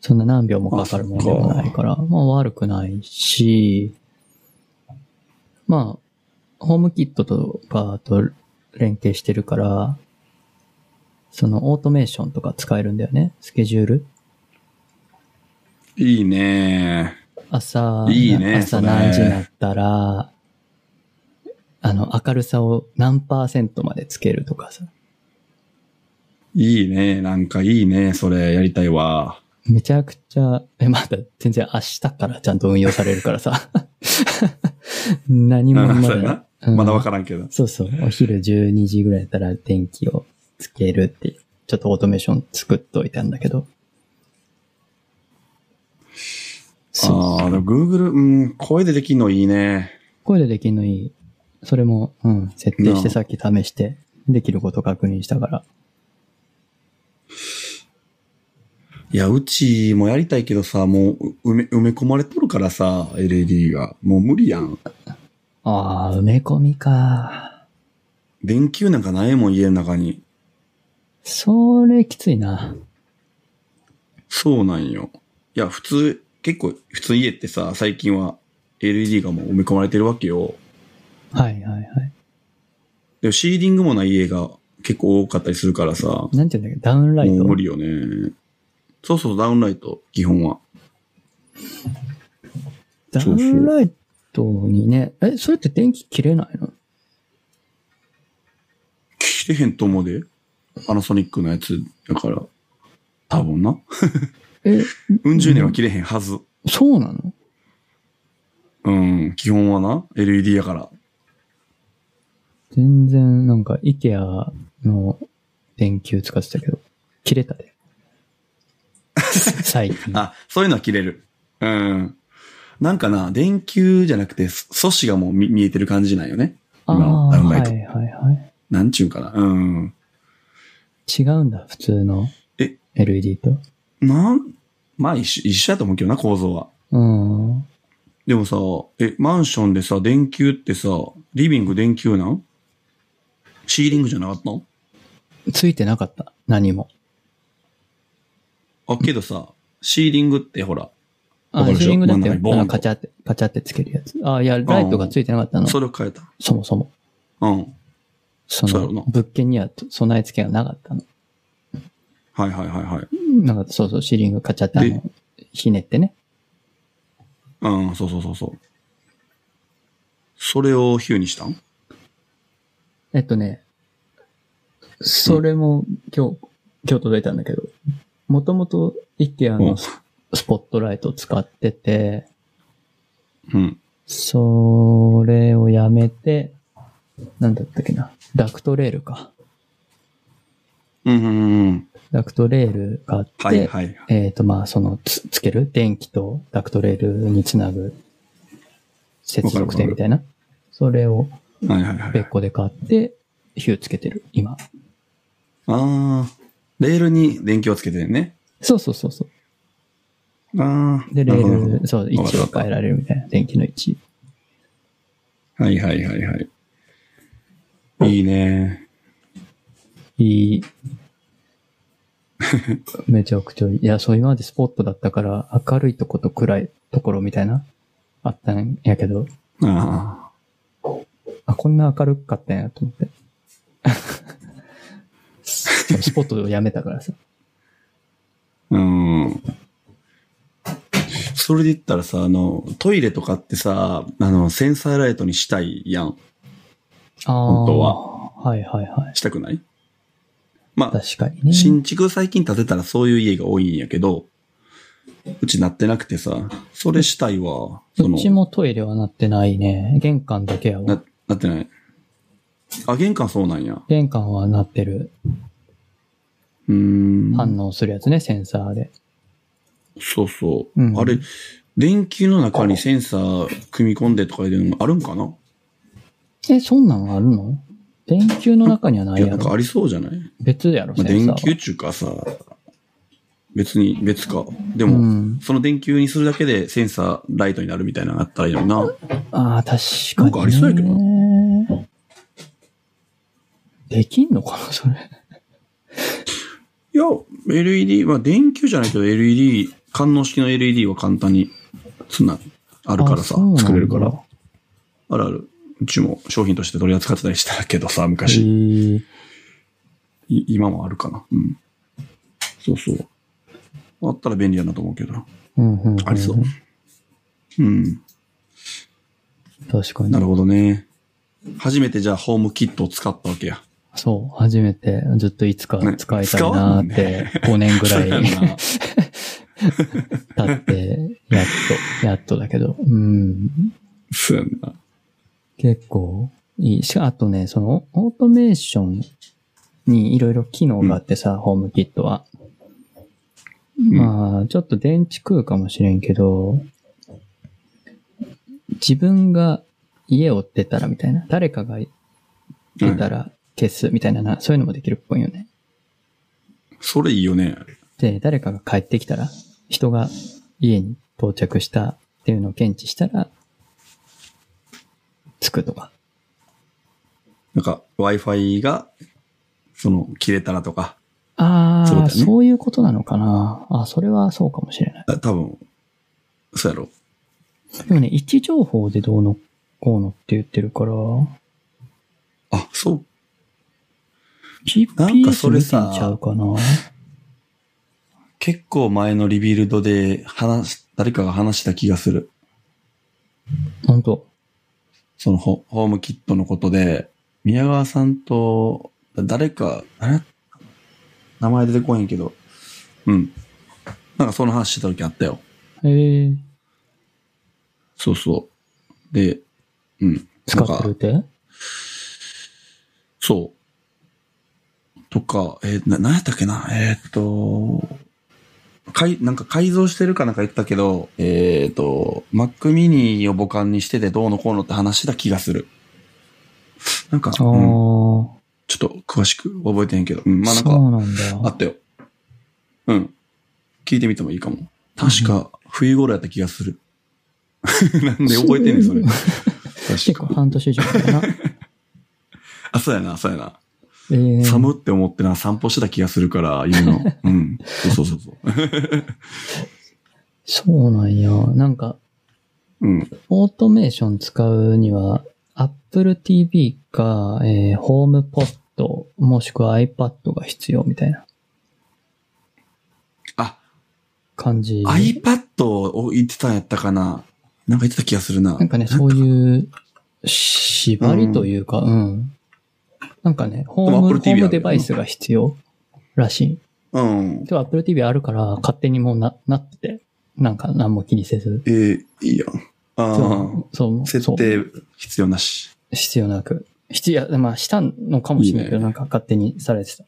そんな何秒もかかるものでもないから、まあ悪くないし、まあ、ホームキットとかと連携してるから、そのオートメーションとか使えるんだよね。スケジュール。いいね朝、いいね朝それ何時になったら、あの、明るさを何パーセントまでつけるとかさ。いいねなんかいいねそれやりたいわ。めちゃくちゃ、え、まだ全然明日からちゃんと運用されるからさ。 何もうんま そうやなだ。うんまだわからんけど。そうそう。お昼12時ぐらいだったら電気をつけるっていう、ちょっとオートメーション作っといたんだけど。そう。ああ、でも Google、うん、声でできんのいいね声でできるのいい。それも、うん、設定しなあてさっき試して、できること確認したから。いや、うちもやりたいけどさ、もうう埋め埋め込まれとるからさ、LED が。もう無理やん。ああ、埋め込みか。電球なんかないもん、家の中に。それきついな。そうなんよ。いや、普通、結構、普通家ってさ、最近は LED がもう埋め込まれてるわけよ。はいはいはい。でもシーリングもない家が結構多かったりするからさ、なんていうんだっけ、ダウンライもうト無理よね。そうそう、ダウンライト、基本は。ダウンライトにね、え、それって電気切れないの切れへんと思うで。パナソニックのやつだから、多分な。え、うん十年は切れへんはず。そうなのうん、基本はな、LED やから。全然、なんか、IKEA の電球使ってたけど、切れた で。最近。あ、そういうのは切れる。うん。なんかな、電球じゃなくて、そ素子がもう見見えてる感じなんよね。あ今のダウンライトーはいはいはい。なんちゅうんかな。うん。違うんだ、普通のえ LED と。なん、まあ一緒、一緒やと思うけどな、構造は。うん。でもさ、え、マンションでさ、電球ってさ、リビング電球なんシーリングじゃなかったのついてなかった、何も。あ、けどさ、シーリングってほら、わあ、シかるでしーょリングだって、真ん中にボーンとあカチャって、カチャってつけるやつ。あ、いや、ライトがついてなかったの。そそれを変えた。もそも。うん。そそうやろなの、物件には備え付けがなかったの。はいはいはいはい。なんか、そうそう、シーリングカチャってあの、ひねってね。うん、そうそうそうそう。それをヒューにしたんえっとね、それも今日、今日届いたんだけど、もともと IKEA うんのススポットライト使ってて、うん。それをやめて、なんだったっけな、ダクトレールか。うんうんうんうん。ダクトレール買って、はいはい。えっ、と、まあ、そのつ、つける電気とダクトレールにつなぐ接続点みたいな。それをはいはいはい。別個で買って、火をつけてる、今。ああ、レールに電気をつけてるね。そうそうそうそう。ああ。で、レなるほどール、そう、位置をわか変えられるみたいな、電気の位置。はいはいはいはい。いいね。い い。めちゃくちゃいい。いや、そう、今までスポットだったから、明るいとこと暗いところみたいな、あったんやけど、ああ、こんな明るかったんやと思って。 しかもスポットをやめたからさ。あ。うん。それで言ったらさ、あの、トイレとかってさ、あの、センサーライトにしたいやん。あー本当はいはいはい。したくないまあ、確かにね。新築最近建てたらそういう家が多いんやけど、うちなってなくてさ、それしたいわ。そうのちもトイレはなってないね。玄関だけやわな。、なってない。あ、玄関そうなんや。う玄関はなってる。ーん。反応するやつね、センサーで。そうそう。うんあれ、電球の中にセンサー組み込んでとかいうのもあるんかなえ、そんなんあるの電球の中にはないいや、やなんかろあ。りそうじゃない、別やろ、セまあ、ンサーは。電球っちゅうかさ、別に、別か。でうも、ん。その電球にするだけでセンサーライトになるみたいなのあったらいいのにな。ああ、確かに、ね。なんかありそうやけどできんのかな、それ。いや、LED、まあ電球じゃないけど LED、感応式の LED は簡単に、つな、あるからさあそうなん、だ作れるから。あるある。うちも商品として取り扱ってたりしたけどさ、へ昔。ーい今もあるかな。うん。そうそう。あったら便利やなと思うけどな。うんうん、うん。ありそう。うん。確かなにる。ほどね。初めてじゃあホームキットを使ったわけや。そう、初めて、ずっといつかね使いたいなーっ使わんて、5年ぐらそうやいな経って、やっと、やっとだけど。うん。そうやな。結構いい。しあとね、その、オートメーションにいろいろ機能があってさ、ホームキットは。まあ、ちょっと電池食うかもしれんけど、自分が家を出たらみたいな、誰かが出たら消すみたいなな、そういうのもできるっぽいよね。それいいよね。で、誰かが帰ってきたら、人が家に到着したっていうのを検知したら、つくとか。なんか Wi-Fi が、その、切れたらとか、あそうあ、だねそういうことなのかな。あ、それはそうかもしれない。あ多分、そうやろ。でもね、位置情報でどうのこうのって言ってるから、あ、そう。なんか GPS それ見てさんちゃうかな。結構前のリビルドで話し、誰かが話した気がする。ほんと。そのホホームキットのことで、宮川さんと、誰か、あれ名前出てこへんけど。うん。なんかその話してた時あったよ。へえ。そうそう。で、うん。使ってるなんっかてそう。とか、えー、な、なんやったっけなえーっと、かい、なんか改造してるかなんか言ったけど、えーっと、Mac mini を母艦にしててどうのこうのって話だ気がする。なんか、ああ、うんちょっと詳しく覚えてへんけど。うん、まあなんそか、うなんだ。あったよ。うん。聞いてみてもいいかも。確か、冬頃やった気がする。 なんで覚えてんね ん、それ。結確構か。半年以上か な。あ、そうやな、そうやな。えー、寒って思ってな、散歩してた気がするから、言 うの。うん。そうそうそうそう。そうなんや。なんか、うん。オートメーション使うには、Apple TV か、えー、ホームポット、もしくは iPad が必要みたいなあ、感じ。 iPad を言ってたんやったかな。なんか言ってた気がするな。なんかね、そういう縛りというか、うん。なんかね、ホーでもム、 Apple ホ TV ームあるデよなバイスが必要らしい。うん。でも Apple TV あるから、勝手にもうな、なってて、なんか何も気にせず。えー、いいやん。あそう、そう、あ。設そう定必要なし。必要なく。必要、まあ、したのかもしれないけど、いいねなんか勝手にされてた。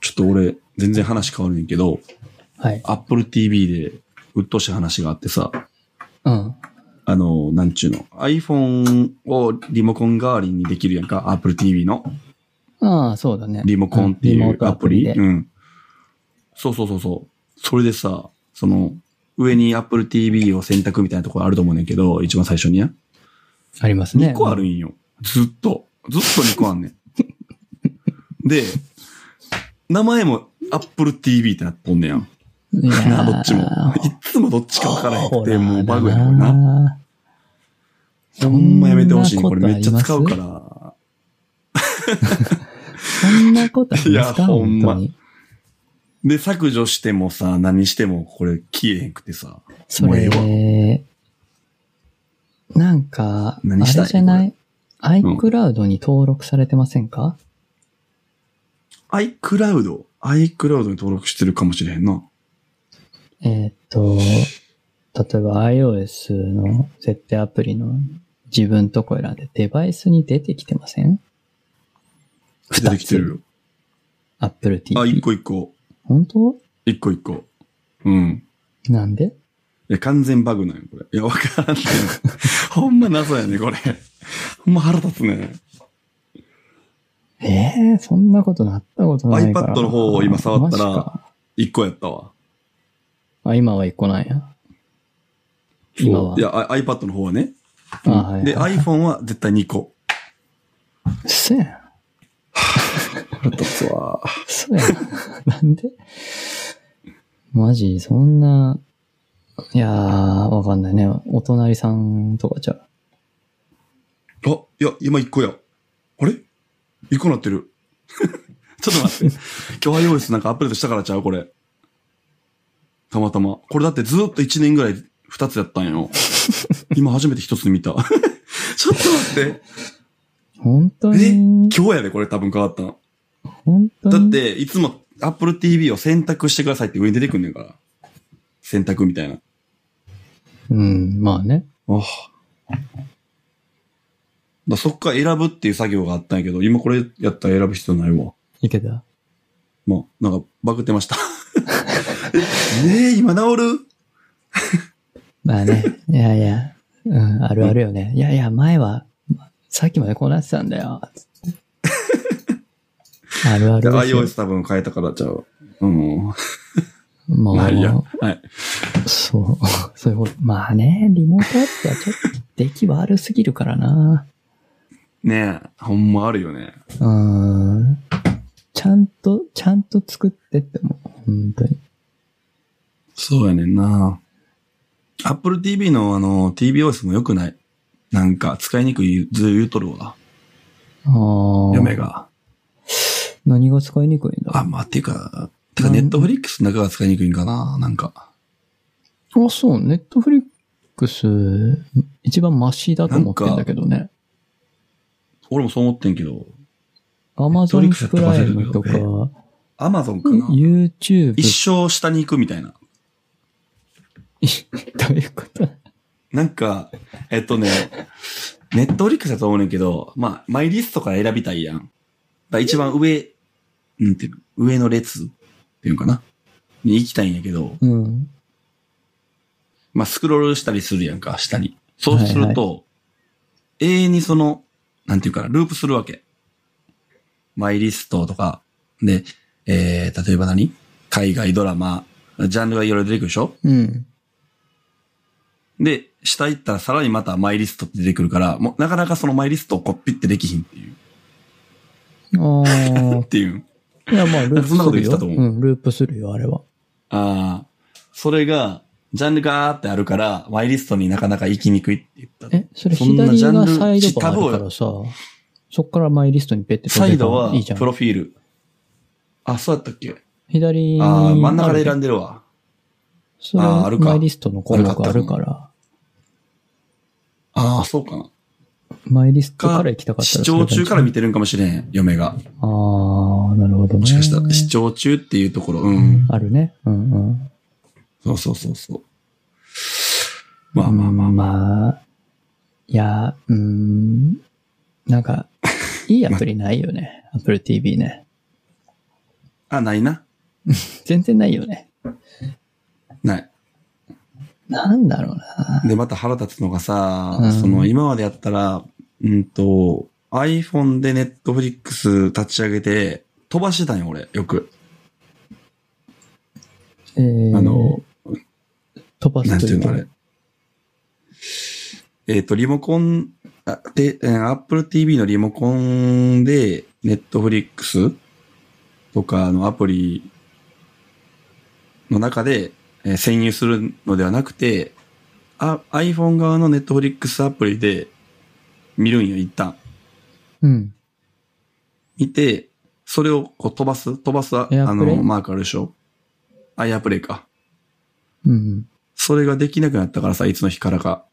ちょっと俺、全然話変わるんやけど、はい。 Apple TV で、うっとうしい話があってさ、うん。あの、なんちゅうの、iPhone をリモコン代わりにできるやんか、Apple TV の。ああ、そうだね。リモコンっていんリモーうトアプリ。でうん。そうそうそうそう。それでさ、その、上に Apple TV を選択みたいなところあると思うねんけど、一番最初にや。ありますね。 2個あるんよ。ずっと。ずっと2個あんね ん。で、名前も Apple TV ってなっとんねやん。いやな、ー。 どっちも。いっつもどっちか分からへんくほらなて、もうバグやこれな。。ほんまやめてほしいね。これめっちゃ使うか。ら。そんなことありますかいやほ本ん当まに。で、削除してもさ、何してもこれ消えへんくてさ。そもうええわれ、なんか、何あしたいれじゃないれ ?iCloud に登録されてませんか iCloud。iCloud に登録してるかもしれへんな。えーっと、例えば iOS の設定アプリの自分とこ選んでデバイスに出てきてません出てきてるよ。 ?Apple あ、一 TV。個一個。本当一個一個。うん。なんでいや、完全バグなんよ、これ。いや、わからんね。ほんま謎やね、これ。ほんま腹立つね。ええそんなことなったことないから。 iPad の方を今触ったらマジか一個やったわ。あ、今は一個なんや。今は。いや、あ iPad の方はね。あはいで、iPhone は絶対2個。うっせやん。腹立つわ。そうやん。 なんでマジ、そんな、いやー、わかんないね。お隣さんとかじゃう。あ、いや、今1個や。あれ ?1 個なってる。 ちょっと待って。今日 iOS なんかアップデートしたからちゃうこれ。たまたま。これだってずっと1年ぐらい2つやったんよ。今初めて1つ見た。ち ょっと待って。本当えに今日やで、これ多分変わったの。本当だっにて、いつも Apple TV を選択してくださいって上に出てくんねんから。選択みたいな。うん、まあね。ああだそっから選ぶっていう作業があったんやけど、今これやったら選ぶ必要ないわ。いけた。まあ、なんか、バグってました。 えねえ、今治るまあ ね。いやいや、うん、あるあるよね。いやいや、前は、さっきまでこうなってたんだよ。つ ってあるあるですよ。 ?iOS 多分変えたからちゃう。うん。もう、まあ、いいや。はい。そう、 そういうこと。まあね、リモートアップはちょっと出来悪すぎるからな。ねえ、ほんまあるよね。うーん。ちゃんと、ちゃんと作ってってもう、本当に。そうやねんな。Apple TV のあの、TVOS も良くない。なんか、使いにくいず言うとるわ。ああ。嫁が。何が使いにくいんだあ、まあ、ていうか、てか、ネットフリックスの中が使いにくいんかな、なんか。あ、そう、ネットフリックス、一番マシだと思ってんだけどね。俺もそう思ってんけど、アマゾン Netflix プライムやとったか、らアマゾンかな。 YouTube 一生下に行くみたいな。どういうことなんか、えっとね、ネットフリックスだと思うねんけど、まあ、マイリストから選びたいやん。だから一番上、うんていうの上の列っていうのかなに行きたいんやけど、うん。まあ、スクロールしたりするやんか、下に。そうすると、永遠にその、なんていうかな、ループするわけ。マイリストとか、で、えー、例えば何海外ドラマ、ジャンルがいろいろ出てくるでしょうん。で、下行ったらさらにまたマイリストって出てくるから、もうなかなかそのマイリストをコピってできひんっていう。ああっ。ていう。いや、まあ、ループそんなことする言ってよ。、たと思うんループするよ、あれは。ああ。それが、ジャンルがーってあるから、マイリストになかなか行きにくいって言った。え、それそんな左ジャンルがサイドバタブーをだからさ、そっからマイリストにペッてサイドはいいじゃんプ。ロフィール。あ、そうやったっけ左にああ、真ん中で選んで。でるわ。それあーあるかマイリストの項目があるから、ああ、そうかな。マイリストかから行きたかった視聴中から見て。てるんかもしれん、嫁が。ああ、なるほどね。もしかしたら、視聴中っていうところ。うん。あるね。うんうん。そうそうそうそう。まあまあまあうんままあ。いや、うーん。なんか、いいアプリないよね。Apple TV ね。あ。あ、ないな。全然ないよね。ない。なんだろうな。で、また腹立つのがさ、うんその、今までやったら、うんと、iPhone で Netflix 立ち上げて、飛ばしてたんよ、俺、よく。えー、あの、飛ばすなんとていいううの、あれ。えっ、と、リモコン、あで、えー Apple TV のリモコンで、Netflix とかのアプリの中で、えー潜入するのではなくて、あ iPhone 側の Netflix アプリで見るんよ、一旦。うん。見て、それをこう飛ばす、飛ばす、ああ AirPlay？の、マークあるでしょあ、エアプレイか。うん。それができなくなったからさ、いつの日からか、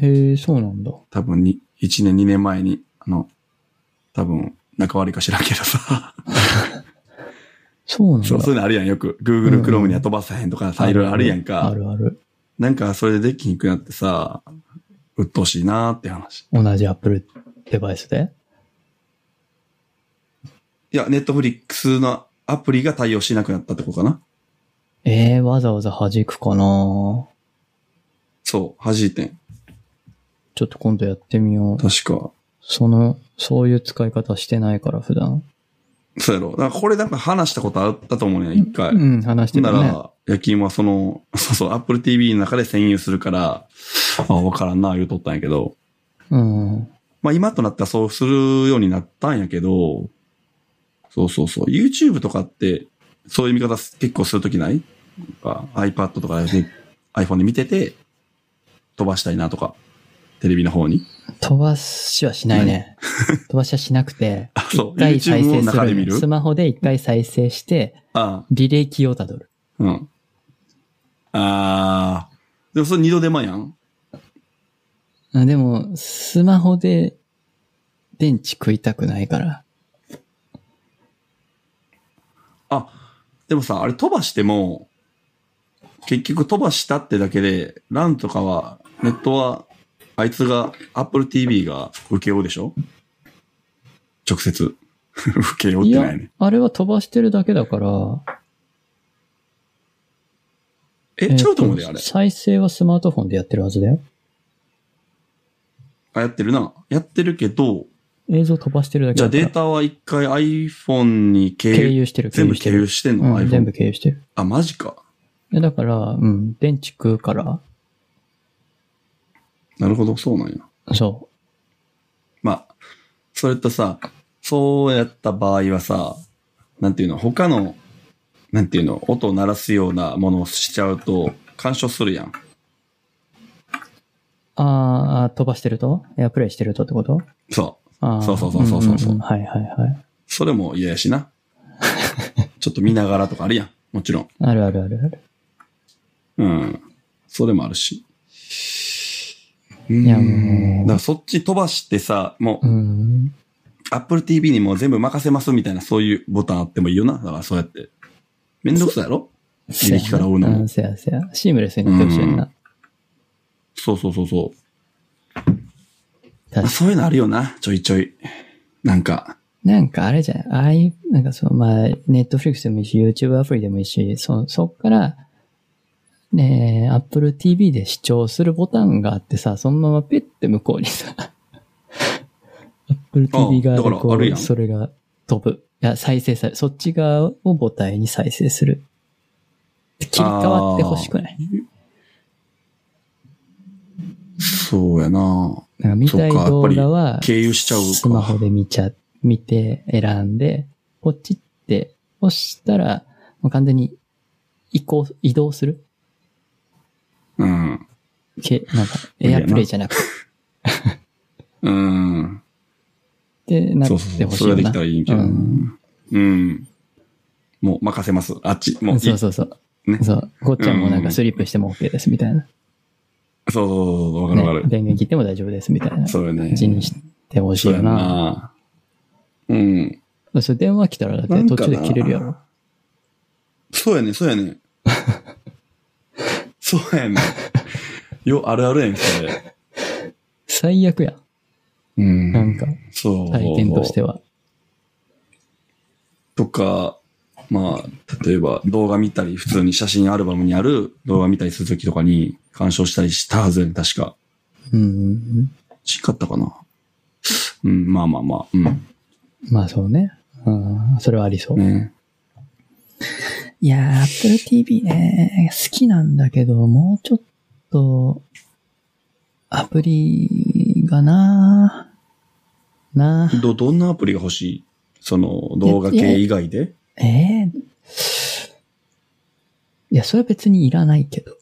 へえー、そうなんだ。多分に、1年、2年前に、あの、多分、仲悪いか知らんけどさ。そうなんだ。そう、そういうのあるやん、よく。うんう Google ん Chrome には飛ばさへんとかさ、いろいろあるやんあか。るある。なんか、それでできにくくなってさ、鬱陶しいなーって話。同じ Apple デバイスで。いや、Netflix のアプリが対応しなくなったってことかな。ええー、わざわざ弾くかなそう、弾いてん。ちょっと今度やってみよう。確か。その、そういう使い方してないから、普段。そうやろ。だからこれなんか話したことあったと思うねん、一回。うん、話してなたね。ら、焼き芋はその、 そうそう、Apple TV の中で占有するから、あ、わからんな、言うとったんやけど、うん。まあ今となったらそうするようになったんやけど、そうそうそう、YouTube とかって、そういう見方結構するときないなんか ?iPad とかで iPhone で見てて、飛ばしたいなとか、テレビの方に。飛ばしはしない ね。飛ばしはしなくて、あ、そう、一回再 YouTube 生のす中でる見の。るスマホで一回再生して、あ履歴をたどる。うん。あー、でもそれ二度手間やんあでも、スマホで電池食いたくないから。あ、でもさ、あれ飛ばしても、結局飛ばしたってだけで、LAN とかは、ネットは、あいつが、Apple TV が受け負うでしょ直接。 受け負っいてやないね。、あれは飛ばしてるだけだから。ええ、違うと思うで、ーあれ。再生はスマートフォンでやってるはずだよ。あ、やってるな。やってるけど、映像飛ばしてるだけじゃあだから。データは一回 iPhone に経経由、由してる。全部してる。経由してんの、うん、 iPhone 全部経由してる。あ、マジか。えだから、うん、電池食うから、なるほど、そうなんや。そまあ、それとさ、そうやった場合はさ、なんていうの、他の、なんていうの、音を鳴らすようなものをしちゃうと、干渉するやん。う。あーあー、飛ばしてるとエアプレイしてるとってことそあーそうそうそうそうそうそうんんんはいはいはい。それも嫌やしな。 ちょっと見ながらとかあるやん。もちろん。あるあるあるある。うん。それもあるし。いやもうだからそっち飛ばしてさ、もうう、ん。 Apple TV にもう全部任せますみたいなそういうボタンあってもいいよな。だからそうやって。めんどくさいやろ履歴から追うのもうんせやせや。シームレスになってほしいな。そうそうそうそう。確かにそういうのあるよな、ちょいちょい。なんか。なんかあれじゃん。ああいう、なんかその、まあ、ネットフリックスでもいいし、YouTube アプリでもいいし、そ、そっから、ねえ、Apple TV で視聴するボタンがあってさ、そのままペッて向こうにさ、Apple あ TV 側でだからこあるやう、んそれが飛ぶ。いや、再生され、そっち側を母体に再生する。切り替わってほしくないそうやな。なんか見たいそっかやっぱ動り画は、経由しちゃうかスマホで見ちゃ、見て選んで、ポチって押したら、もう完全に移行、移動するうん。け、なんか、無理エやアなプレイじゃなくうん。て、なっそうそてうそう。ほしそいれよがでな。きたらいいんけどな。うん。もう任せます。あっち。もういい。そそううそそううそう。ねそう。ごっちゃんもなんかスリップしても OK ですみたいな。そうそう。わかるわかねる。電源切っても大丈夫ですみたいなそうよね。感じにしてほしいそうよやな。な。うん。それ電話来たらだっなてんか途な中で切れるやろ。そうやね、そうやね。 そうやね。よ、あるあるやん、それ。最悪やん。うんなんか、そう。体験としては。とか、まあ、例えば動画見たり、普通に写真アルバムにある動画見たりするときとかに鑑賞したりしたはずやね、確か。うん。違かったかな。うん、まあまあまあ、うん。まあそうね。うん。それはありそう。ね。いやー、Apple TV ね、好きなんだけど、もうちょっと、アプリがなーなーど、どんなアプリが欲しいその、動画系以外で えー、いや、それは別にいらないけど。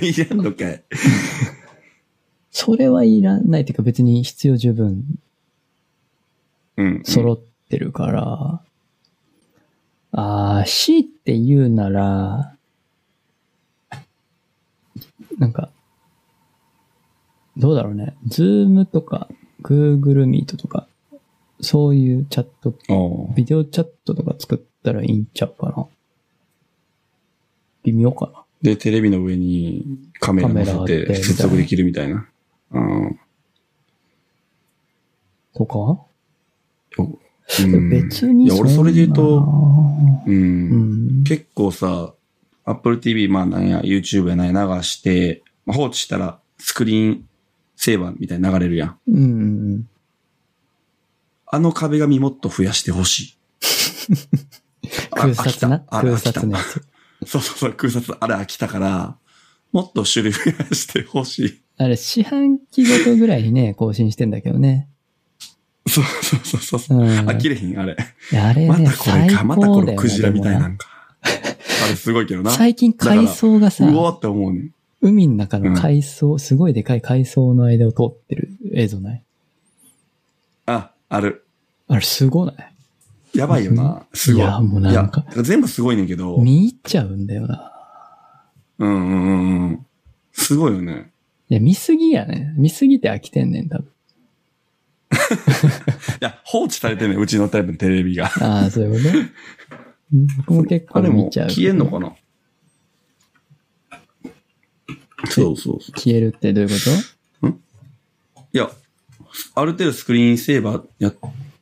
いや、どかい。それはいらないっていうか別に必要十分うん。揃ってるから。あー、C って言うなら、なんか、どうだろうね。ズームとか、Google Meet とか、そういうチャット、おビデオチャットとか作ったらいいんちゃうかな。微妙かな。で、テレビの上にカメラ乗せカメラあってて接続できるみたいな。うん。とか、うん別にいや、俺それで言うと、と、う。うんん。結構さ、Apple TV、まあなんや、YouTube やない流して、まあ、放置したらスクリーンセーバーみたいに流れるやん。うん。あの壁紙もっと増やしてほしい。あ空撮な。あれ空飽きた撮のやつ。そうそうそう、空撮、あれ飽きたから、もっと種類増やしてほしあれ、四半期ごとぐらいにね、更新してんだけどね。い。そうそうそうそうそうう。ん。飽きれへん、あれ。いやあれね、またこれ最か、高まだたこよのねクジラみたいなでんか。あれすごいけどもな。な最近海藻がさう、おーって思うね。海の中の海藻、すごいでかい海藻の間を通ってる映像ないあ、ある。あれすごないやばいよな。すごい。いやもうなんかいや全部すごいねんけど。うん見入っちゃうんだよな。うんうんうん。すごいよね。いや、見すぎやね。見すぎて飽きてんねん、多分。いや、放置されてんねん、うちのタイプのテレビ が。ああ、そういうことね。 うん僕も結あ構れ見もちゃう。消えんのかなそうそうそ消えるってどういうこう。いや、ある程度スクリーンセーバーや、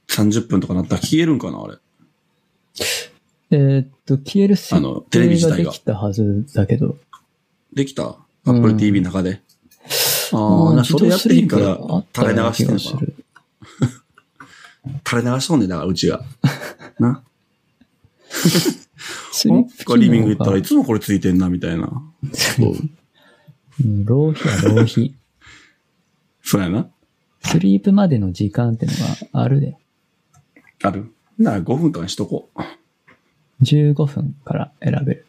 30分とかなったら消えるんかなあれ。とえーっと、消える設あのテレビ定自が体でがきたはずだけど。できたうん ?Apple TV の中で。ああ、なそれやってへんから、垂れ流してんる気のかながする。垂れ流しとんねん、だから、うちが。な。スリなんッかリビング行ったらプいつもこれついてんな、みたいな。そう。うん浪費は浪 費。そうやな。スリープまでの時間ってのがあるで。ある。なら5分間にしとこう。 15分から選べる。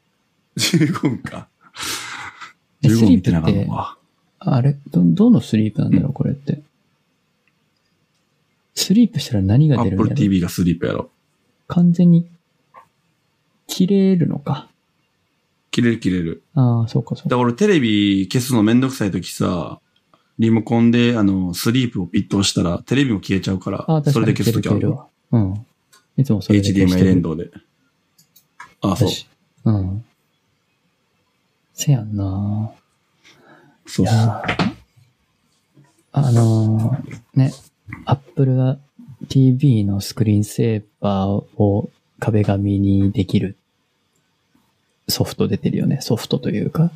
15分か。え15ス分リ見ープてなっかったての、か。あれ、ど、どのスリープなんだろう、これって。スリープしたら何が出るんや Apple ろ TV がスリープやろ。完全に切れるのか。切れる切れる。ああ、そうかそうだか。から俺テレビ消すのめんどくさいときさ、リモコンで、あの、スリープをピッと押したら、テレビも消えちゃうから、ああ、そ確れかでに切れ消すときてあるる。わ。うん。いつもそれで消して HDMI 連る。動で。あ、そう。私うん。せやんなそうそういやーあのー、ね、Apple は TV のスクリーンセーバーを壁紙にできるソフト出てるよね。ソフトという か。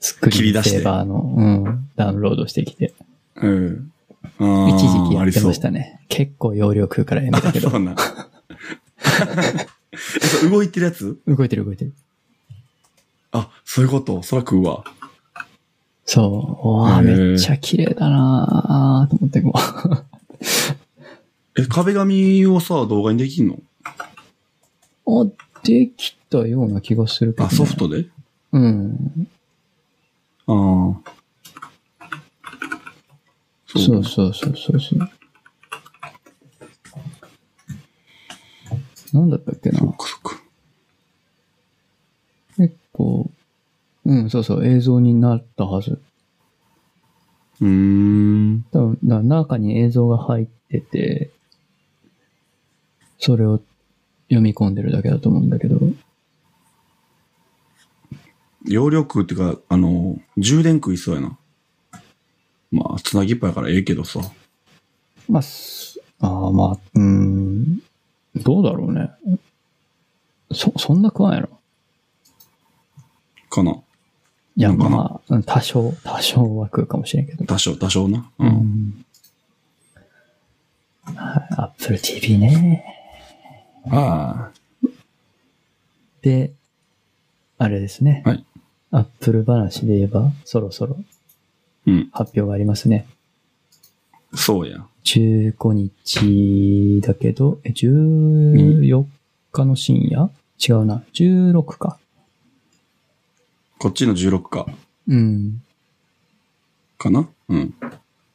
スクリーンセーバーの、うん、ダウンロードしてきて。うん。あー一時期やあっりてそまうしたね。結構容量食うからやめたけそど う。なん。えそれ動いてるやつ動いてる動いてる。あ、そういうこと。そら食うわ。そう。うわあ、へーめっちゃ綺麗だなーと思ってこう。 え、壁紙をさ、動画にできんのあ、できたような気がするけど、あ、ね。ソフトでうん。ああ。そそうう。そうそうそうそう。なんだったっけなそっかそっか。結構、うん、そうそう、映像になったはず。うーん。多分、だから中に映像が入ってて、それを読み込んでるだけだと思うんだけど。容量食うってか、あの、充電食いそうやな。まあ、つなぎっぱやからええけどさ。まあ、すああ、まあ、うーん、どうだろうね。そ、そんな食わんやろ。かな。いや、なんかなまあ、うん多少、多少は食うかもしれんけど。多少、多少な。う。うんん。はい Apple TV ね。あで、あれですね。はい。 Apple 話で言えば、そろそろうん。発表がありますね。そうや。 15日だけど、え14日の深夜違うな。16か。こっちの16か。うん。かなうん。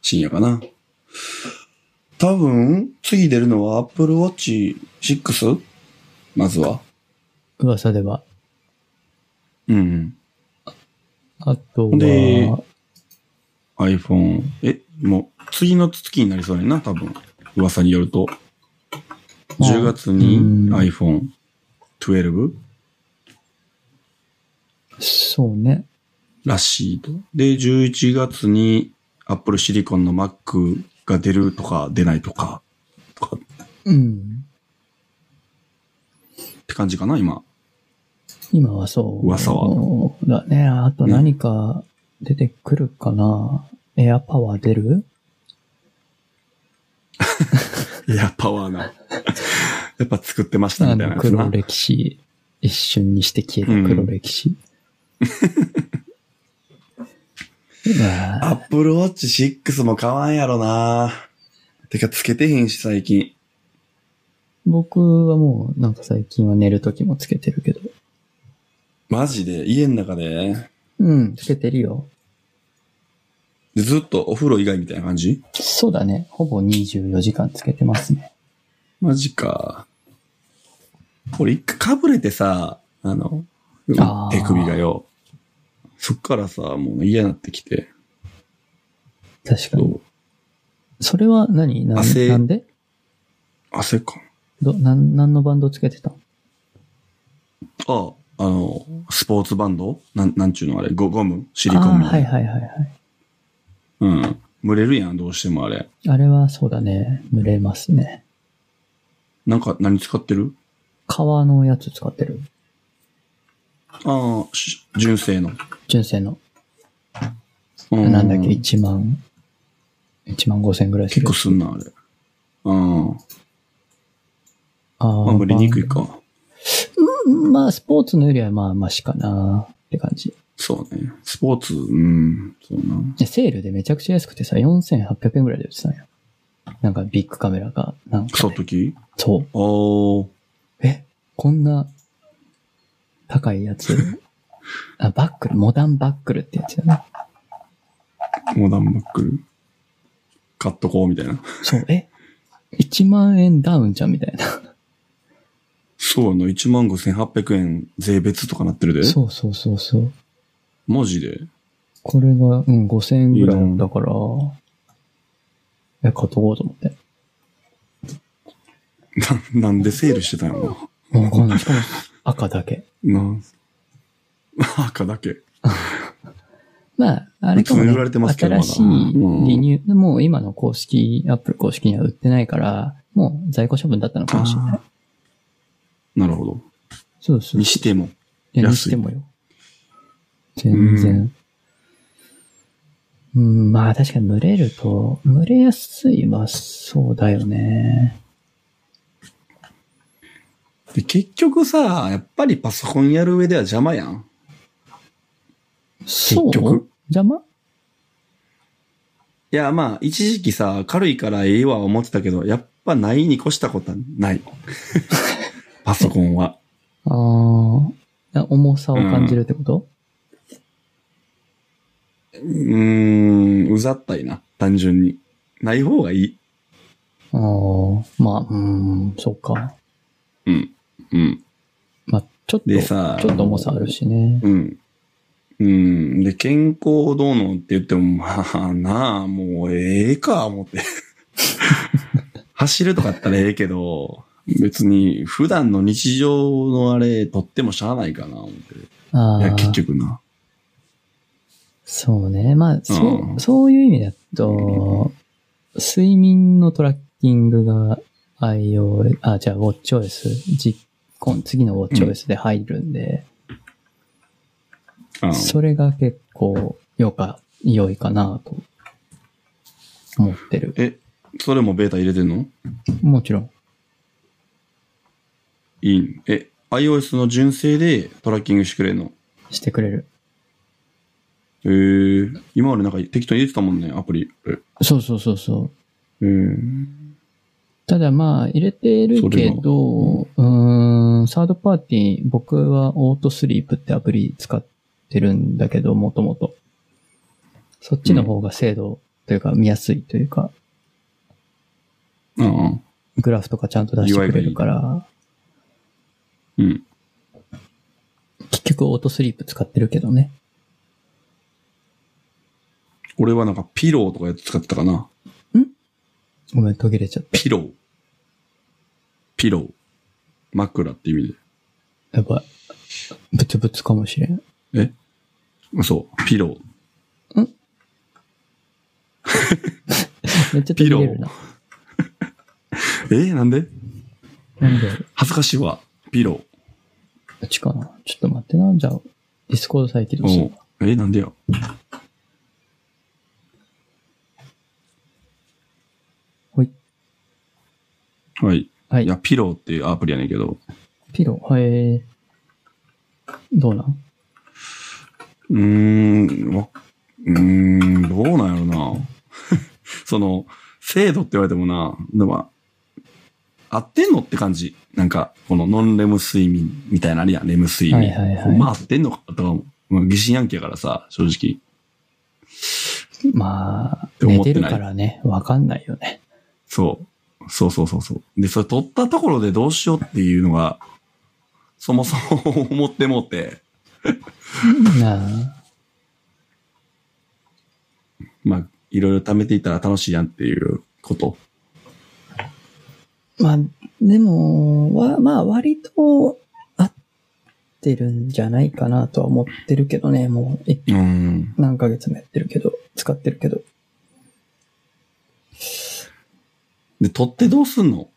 深夜かな。多分、次出るのは Apple Watch 6? まずは。噂では。うん。あとでは、 iPhone。え、もう、次の月になりそうやな、多分。噂によると。まあ10月にうん iPhone 12? そうね。らしいと。で、11月に Apple Silicon の Mac が出るとか出ないとか、とかうん。って感じかな、今。今はそう。噂はだね。あと何か出てくるかな、エアパワー出るいや、パワー な。やっぱ作ってましたあみたいなのやつ黒な。歴史。一瞬にして消えた黒歴 史。うわ Apple Watch 6も買わんやろなてか、つけてへんし、最近。僕はもうなんか最近は寝るときもつけてるけど。マジで、家の中で、うん、つけてるよ。でずっとお風呂以外みたいな感じそうだね。ほぼ24時間つけてますね。マジか。俺一回かぶれてさ、あの、うんあー手首がよ。そっからさ、もう嫌になってきて。確かそに。うそれは何なん汗なんで汗か。ど、なん、何のバンドつけてたのあ、あの、スポーツバンドなん、なんちゅうのあれゴゴムシリコあンみーたはいいな。はいはいはい。うん。蒸れるやん、どうしてもあれ。あれはそうだね。蒸れますね。なんか、何使ってる革のやつ使ってる。ああ、し純正の。純正の。うんなんだっけ、1万、1万5千ぐらいす結る構。すんな、あれ。うん。あまーあ、蒸れにくい。か。うんまあ、スポーツのよりはまあ、マシかなって感じ。そうね。スポーツ、うん、そうな。でセールでめちゃくちゃ安くてさ、4800円ぐらいで売ってたんよ。なんかビッグカメラが、なんか、その時そう。ああ、え、こんな高いやつ。 あ、バックル、モダンバックルってやつだね。モダンバックル。買っとこうみたいな。そう、え ?1 万円ダウンじゃんみたいな。そうな、15,800円税別とかなってるで。そうそうそうそう。マジで。 これが、うん、5000円ぐらいだから、え、買っとこうと思って。な、なんでセールしてたんやろわかんない。しかも、赤だけ。な。 なあ。赤だけ。まあ、あれかも、普通ね、に売られてますけどま新だしいリニュー、もう今の公式、アップル公式には売ってないから、もう在庫処分だったのかもしれないあ。なるほど。そうそう。にしても。いや、安いにしてもよ。全然。うん、まあ確かに群れると、群れやすいはそうだよね。で、結局さ、やっぱりパソコンやる上では邪魔やん。そう局邪魔いや、まあ、一時期さ、軽いからええわ思ってたけど、やっぱないに越したことはない。パソコンは。ああ、重さを感じるってこと、うーん、うざったいな、単純に。ない方がいい。ああ、まあ、うん、そうか。うん。うん。まあ、ちょっと、でちょさ、っと重さあるしね。うん。うん。で、健康どうのって言っても、まあなあ、もうええか、思って。走るとかやったらええけど、別に普段の日常のあれ、とってもしゃあないかな、思って。いあや、あ、結局な。そうね。まあ、そう、うんそういう意味だと、睡眠のトラッキングが iOS、あ、じゃあ WatchOS、実今次の WatchOS で入るんで、うん。それが結構良か、良いかなと思ってる。え、それもベータ入れてんのもちろん。いいんえ、iOS の純正でトラッキングしてくれんのしてくれる。えー、今までなんか適当に入れてたもんね、アプリ。えそうそうそうそう。えー、ただまあ、入れてるけど、うーん、サードパーティー、僕はオートスリープってアプリ使ってるんだけど、もともと。そっちの方が精度というか見やすいというか、うんうん。グラフとかちゃんと出してくれるから、うん。結局オートスリープ使ってるけどね。俺はなんかピローとかやつ使ってたかな。ごめん、途切れちゃった。ピロー。ピロー。枕って意味やばい。ブツブツかもしれん。で。えそう。ピロー。めっちゃ途切れるな。えなんでなんで、恥ずかしいわ。ピロこっちかな。ちょっと待ってな。じゃあ、ディスコード再起ー。動すおるう。えなんでよ。ほい。はい。はいいや、ピローっていうアプリやねんけど。ピロー、へえ。どうなんうーん、わ、うーん、どうなんやろな。 その、精度って言われてもな、でも、合ってんのって感じ。なんか、このノンレム睡眠みたいなのあれやん、レム睡眠。はいはいはいまあ合ってんのかとかも、まあ疑心暗鬼やからさ、正直。まあ、て思寝っててないるからね、わかんないよね。そう。そうそうそうそう。で、それ取ったところでどうしようっていうのが、そもそも思ってもって、なあ。まあ、いろいろ貯めていったら楽しいやんっていうこと。まあ、でも、わまあ、割と合ってるんじゃないかなとは思ってるけどね、もう、えうん。何ヶ月もやってるけど、使ってるけど。で、取ってどうすんの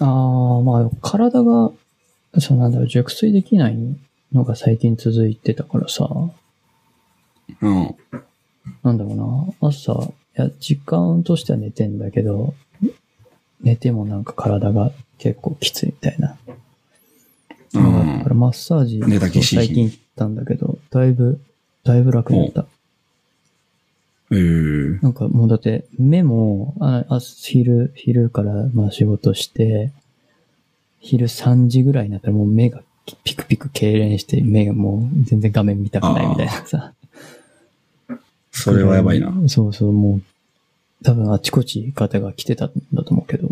ああ、まあ、体が、そうなんだろう、熟睡できないのが最近続いてたからさ、うん。なんだろうな、朝、いや、時間としては寝てんだけど、寝てもなんか体が結構きついみたいな。うだんから。マッサージ、寝たきりそう最近行ったんだけど、だいぶ、だいぶ楽になった。ええなんかもうだって、目も、あ、あ昼、昼からまあ仕事して、昼3時ぐらいになったらもう目がピクピク痙攣して、目がもう全然画面見たくないみたいなさ。それはやばいな。そうそう、もう多分あちこち方が来てたんだと思うけど。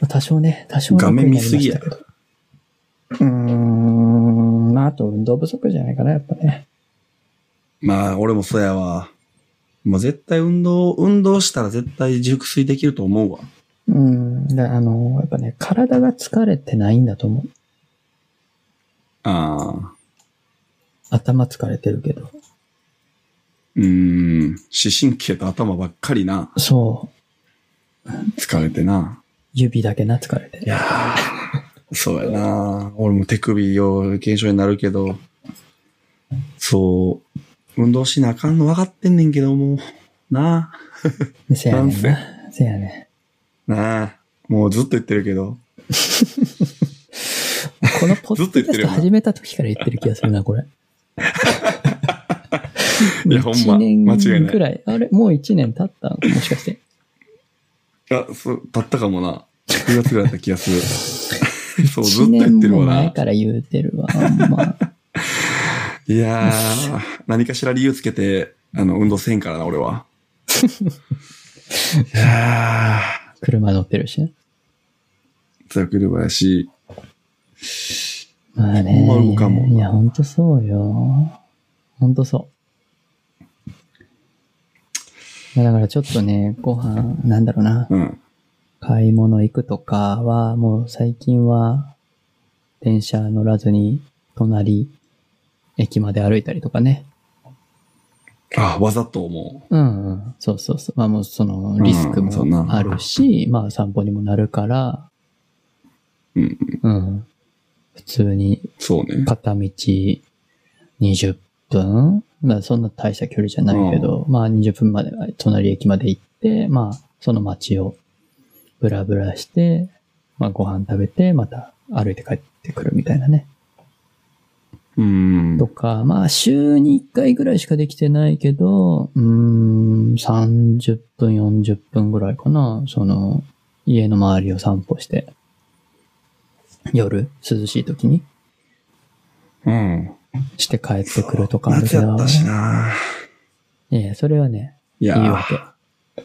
まあ、多少ね、多少は画面見すぎや楽になりましたけど。うーん、まああと運動不足じゃないかな、やっぱね。まあ、俺もそうやわ。まあ、絶対運動、運動したら絶対熟睡できると思うわ。うん、であの、やっぱね、体が疲れてないんだと思う。ああ。頭疲れてるけど。うーん。視神経と頭ばっかりな。そう。疲れてな。指だけな、疲れて。いやーそうやな。俺も手首を検証になるけど、そう。運動しなあかんの分かってんねんけども、なあ。せやねんな。せやねなあ。もうずっと言ってるけど。ん。このポッずっドキャと言ってるスよトな始めた時から言ってる気がするな、これ。 いやほんま1年間違いないくらい。あれもう1年経ったのもしかして。あ、そう、たったかもな。9月ぐらいだった気がす る。そう、ず1っと言年ってるもわ前な。から言うてるわ、ほんま。いやー、何かしら理由つけて、あの、運動せんからな、俺は。いや車乗ってるしね。ー、強くるばやし、まあね。ほんま動かんもんないや、ほんとそうよ。ほんとそう。まあだからちょっとね、ご飯、なんだろうな。うん。買い物行くとかは、もう最近は、電車乗らずに、隣、駅まで歩いたりとかね。あ、わざともうんうん。そうそうそう。まあもうその、リスクうんそんなもあるし、まあ散歩にもなるから、う。うん、うん。普通にそうね。片道20分まあそんな大した距離じゃないけど、まあ20分まで、隣駅まで行って、まあその街をブラブラして、まあご飯食べて、また歩いて帰ってくるみたいなね。うんと。か、まあ週に1回ぐらいしかできてないけど、うーん、30分、40分ぐらいかな。その、家の周りを散歩して、夜、涼しい時にうん。して帰ってくるとかある夏けやどっ。たしな。いや、それはね、いいいやわけ。ー、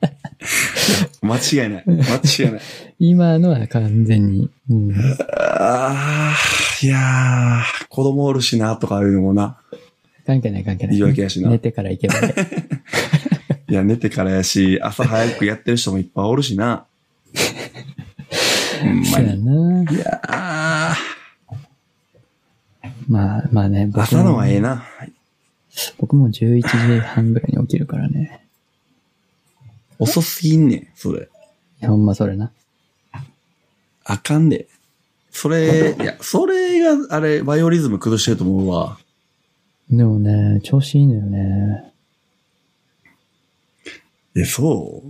間違いない。間違いない。今のは完全に。うん、あー、いやー、子供おるしな、とかいうのもな、関係ない関係ない。言い訳やしな寝。てから行けばいい。いや、寝てからやし、朝早くやってる人もいっぱいおるし な。 ほんまそうやに。な。いやー、まあまあね、僕朝のもはええな。僕も11時半ぐらいに起きるからね。遅すぎんねん、それ。いや、ほんまそれな。あかんで。それ、いや、それが、あれ、バイオリズム崩してると思うわ。でもね、調子いいのよね。え、そ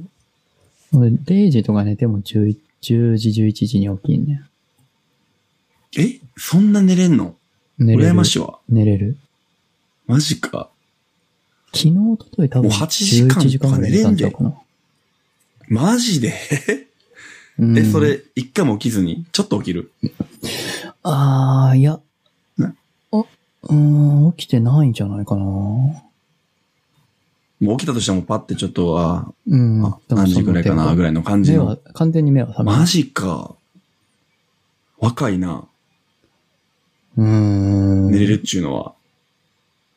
俺、0時とか寝ても11 10時、11時に起きんねうえそんな寝れんのん。寝れる。羨ましいわ。寝れる。マジか。昨日、おととい多分もう八時間11時間ぐらい寝たんちゃうかな。マジで うんえ、そ。れ、一回も起きずに、ちょっと起きる。あー、いや。なあ、うーん、起きてないんじゃないかな。もう起きたとしてもパってちょっと、あうん。あ何時ぐらいかな、ぐらい。らいの感じ目のは。、完全に目は覚めるマジか。若いな。うーん。寝れるっちゅうのは。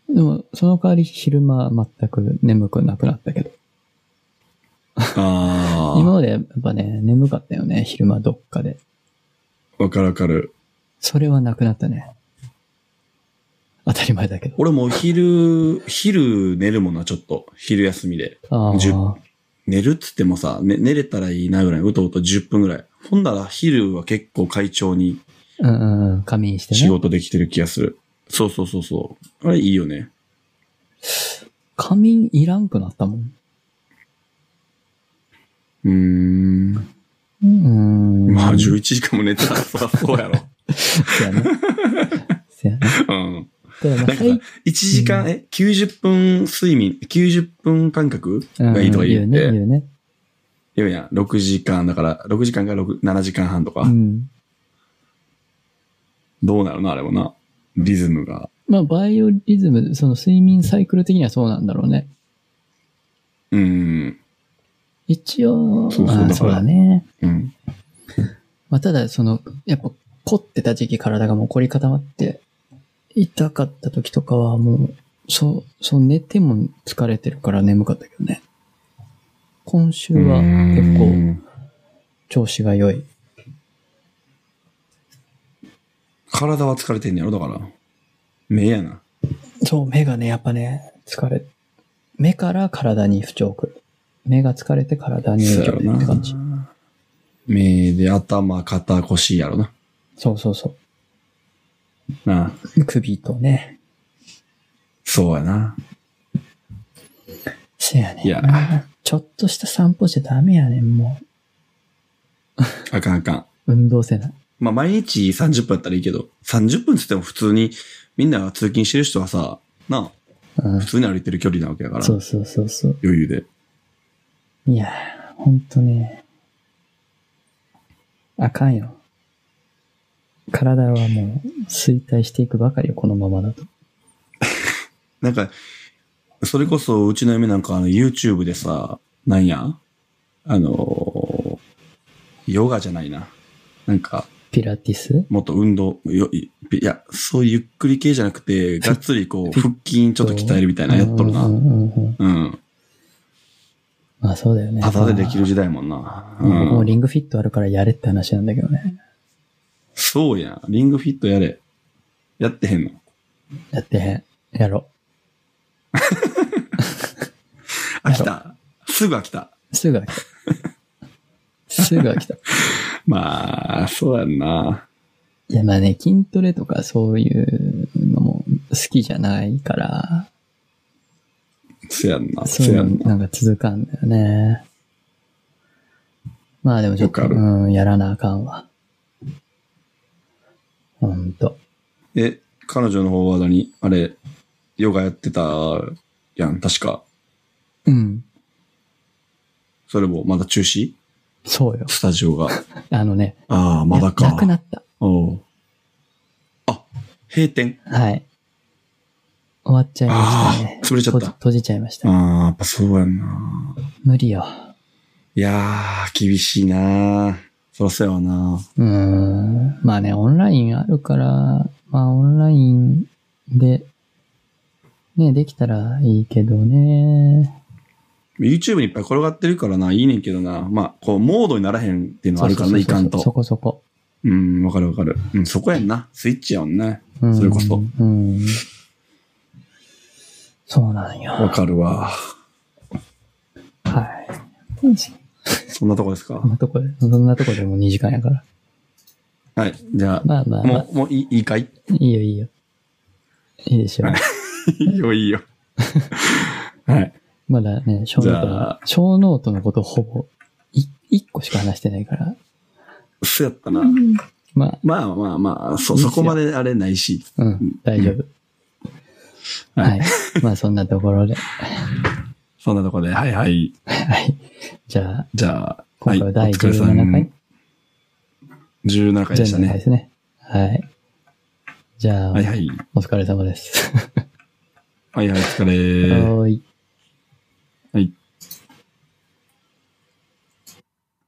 でも、その代わり昼間全く眠くなくなったけど。あ今あ。までやっぱね、眠かったよね、昼間どっかで。わかるわかる。それはなくなったね。当たり前だけど。俺も昼、昼寝るもんな、ちょっと。昼休みで。あじゅあ。寝るっつってもさ、ね、寝れたらいいなぐらい、うとうと10分ぐらい。ほんなら昼は結構快調にうんうんうん、仮眠して仕ね。事できてる気がする。そうそうそうそう。あれいいよね。仮眠いらんくなったもん。うーん。うーん。まあそう11時間も寝てたらそらそうやろ。や な。そうやな。うん。ただまあなんかさ最1時間、え ?90 分睡眠、90分間隔うん がいいとか言言うっね、言て。うね。言うやん。6時間、だから、6時間から6 7時間半とか。うん。どうなるな、あれもな。リズムが。まあ、バイオリズム、その睡眠サイクル的にはそうなんだろうね。うん。一応、そうそうだあーからそうだね。うん。まあ、ただ、その、やっぱ、凝ってた時期体がもう凝り固まって、痛かった時とかはもう、そう、そう寝ても疲れてるから眠かったけどね。今週は結構調子が良い。体は疲れてんねやろ、だから。目やな。そう、目がね、やっぱね、疲れ、目から体に不調くる。目が疲れて体に不調ろって感じ。。目で頭、肩、腰やろな。そうそうそなあう。首とね。そうやな。せやねんいな。やちょっとした散歩じゃダメやねん、もあかんあかん。う。運動せな。まあ、毎日30分やったらいいけど、30分つっても普通に、みんなが通勤してる人はさ、なうあ、ん普。通に歩いてる距離なわけやから、そう余そうそうそう。裕で。いやー、ほんとね。あかんよ。体はもう衰退していくばかりよ、このままだと。なんか、それこそ、うちの嫁なんか、あの、YouTube でさ、なんやあのーヨガじゃないな。なんか、ピラティスもっと運動、よいいや、そういうゆっくり系じゃなくて、がっつり こう、腹筋ちょっと鍛えるみたいなやっとるうな。んうんうんうん。うん。まあそうだよね。ただでできる時代もんな。まあ僕もうん。リングフィットあるからやれって話なんだけどね。そうやん。リングフィットやれ。やってへんの。やってへん。やろ飽きた。すぐ飽きた。う。すぐ飽き た。すぐ飽きた。いまあ、そうやんな。やまあね、筋トレとかそういうのも好きじゃないから、そうやんな。そうそういやうんのな。なんか続かんだよね。まあでもちょっと、わかるうん、やらなあかんわ。ほんと。え、彼女の方は何あれ、ヨガやってたやん、確か。うん。それもまだ中止そうよ。スタジオが。あのね、ああ、まだか。なくなった。おうあ、閉店。はい。終わっちゃいましたね。あー潰れちゃ閉ったじ閉じちゃいました。ああ、やっぱそうやんな。無理よ。いやー、厳しいなそらそうやわなうーん。まあね、オンラインあるから、まあオンラインで、ね、できたらいいけどね。 YouTube にいっぱい転がってるからな、いいねんけどな。まあ、こう、モードにならへんっていうのはあるからそな、ういそうそうかんとそ。こそこ。うん、わかるわかる。うん、そこやんな。スイッチやもんね。うんそれこそ。うん。そうなんよ。わか るわ。はい。そんなとこですかそんなとこで、そんなとこでもう2時間やから。はい。じゃあ、まあまあ、まあも、う、もういい、いい かいいいよいいよ。いいでしょう。いい よ、いいよ。はい。まだね、小ノートじゃのあ、小ノートのことほぼ、い、一個しか話してないから。そうやったな。まあ、まあまあまあ、そ、いいっすそよこまであれないし。うん、大丈夫。ははい。まあそんなところで。 そんなとこで、はいはい。はい。じゃあ、じゃあ、今い、回は第17お疲れさん回。 17回でした17回ねで。すね。はい。じゃあは、いはい。お疲れ様です。はいはい、お疲れ。 はい。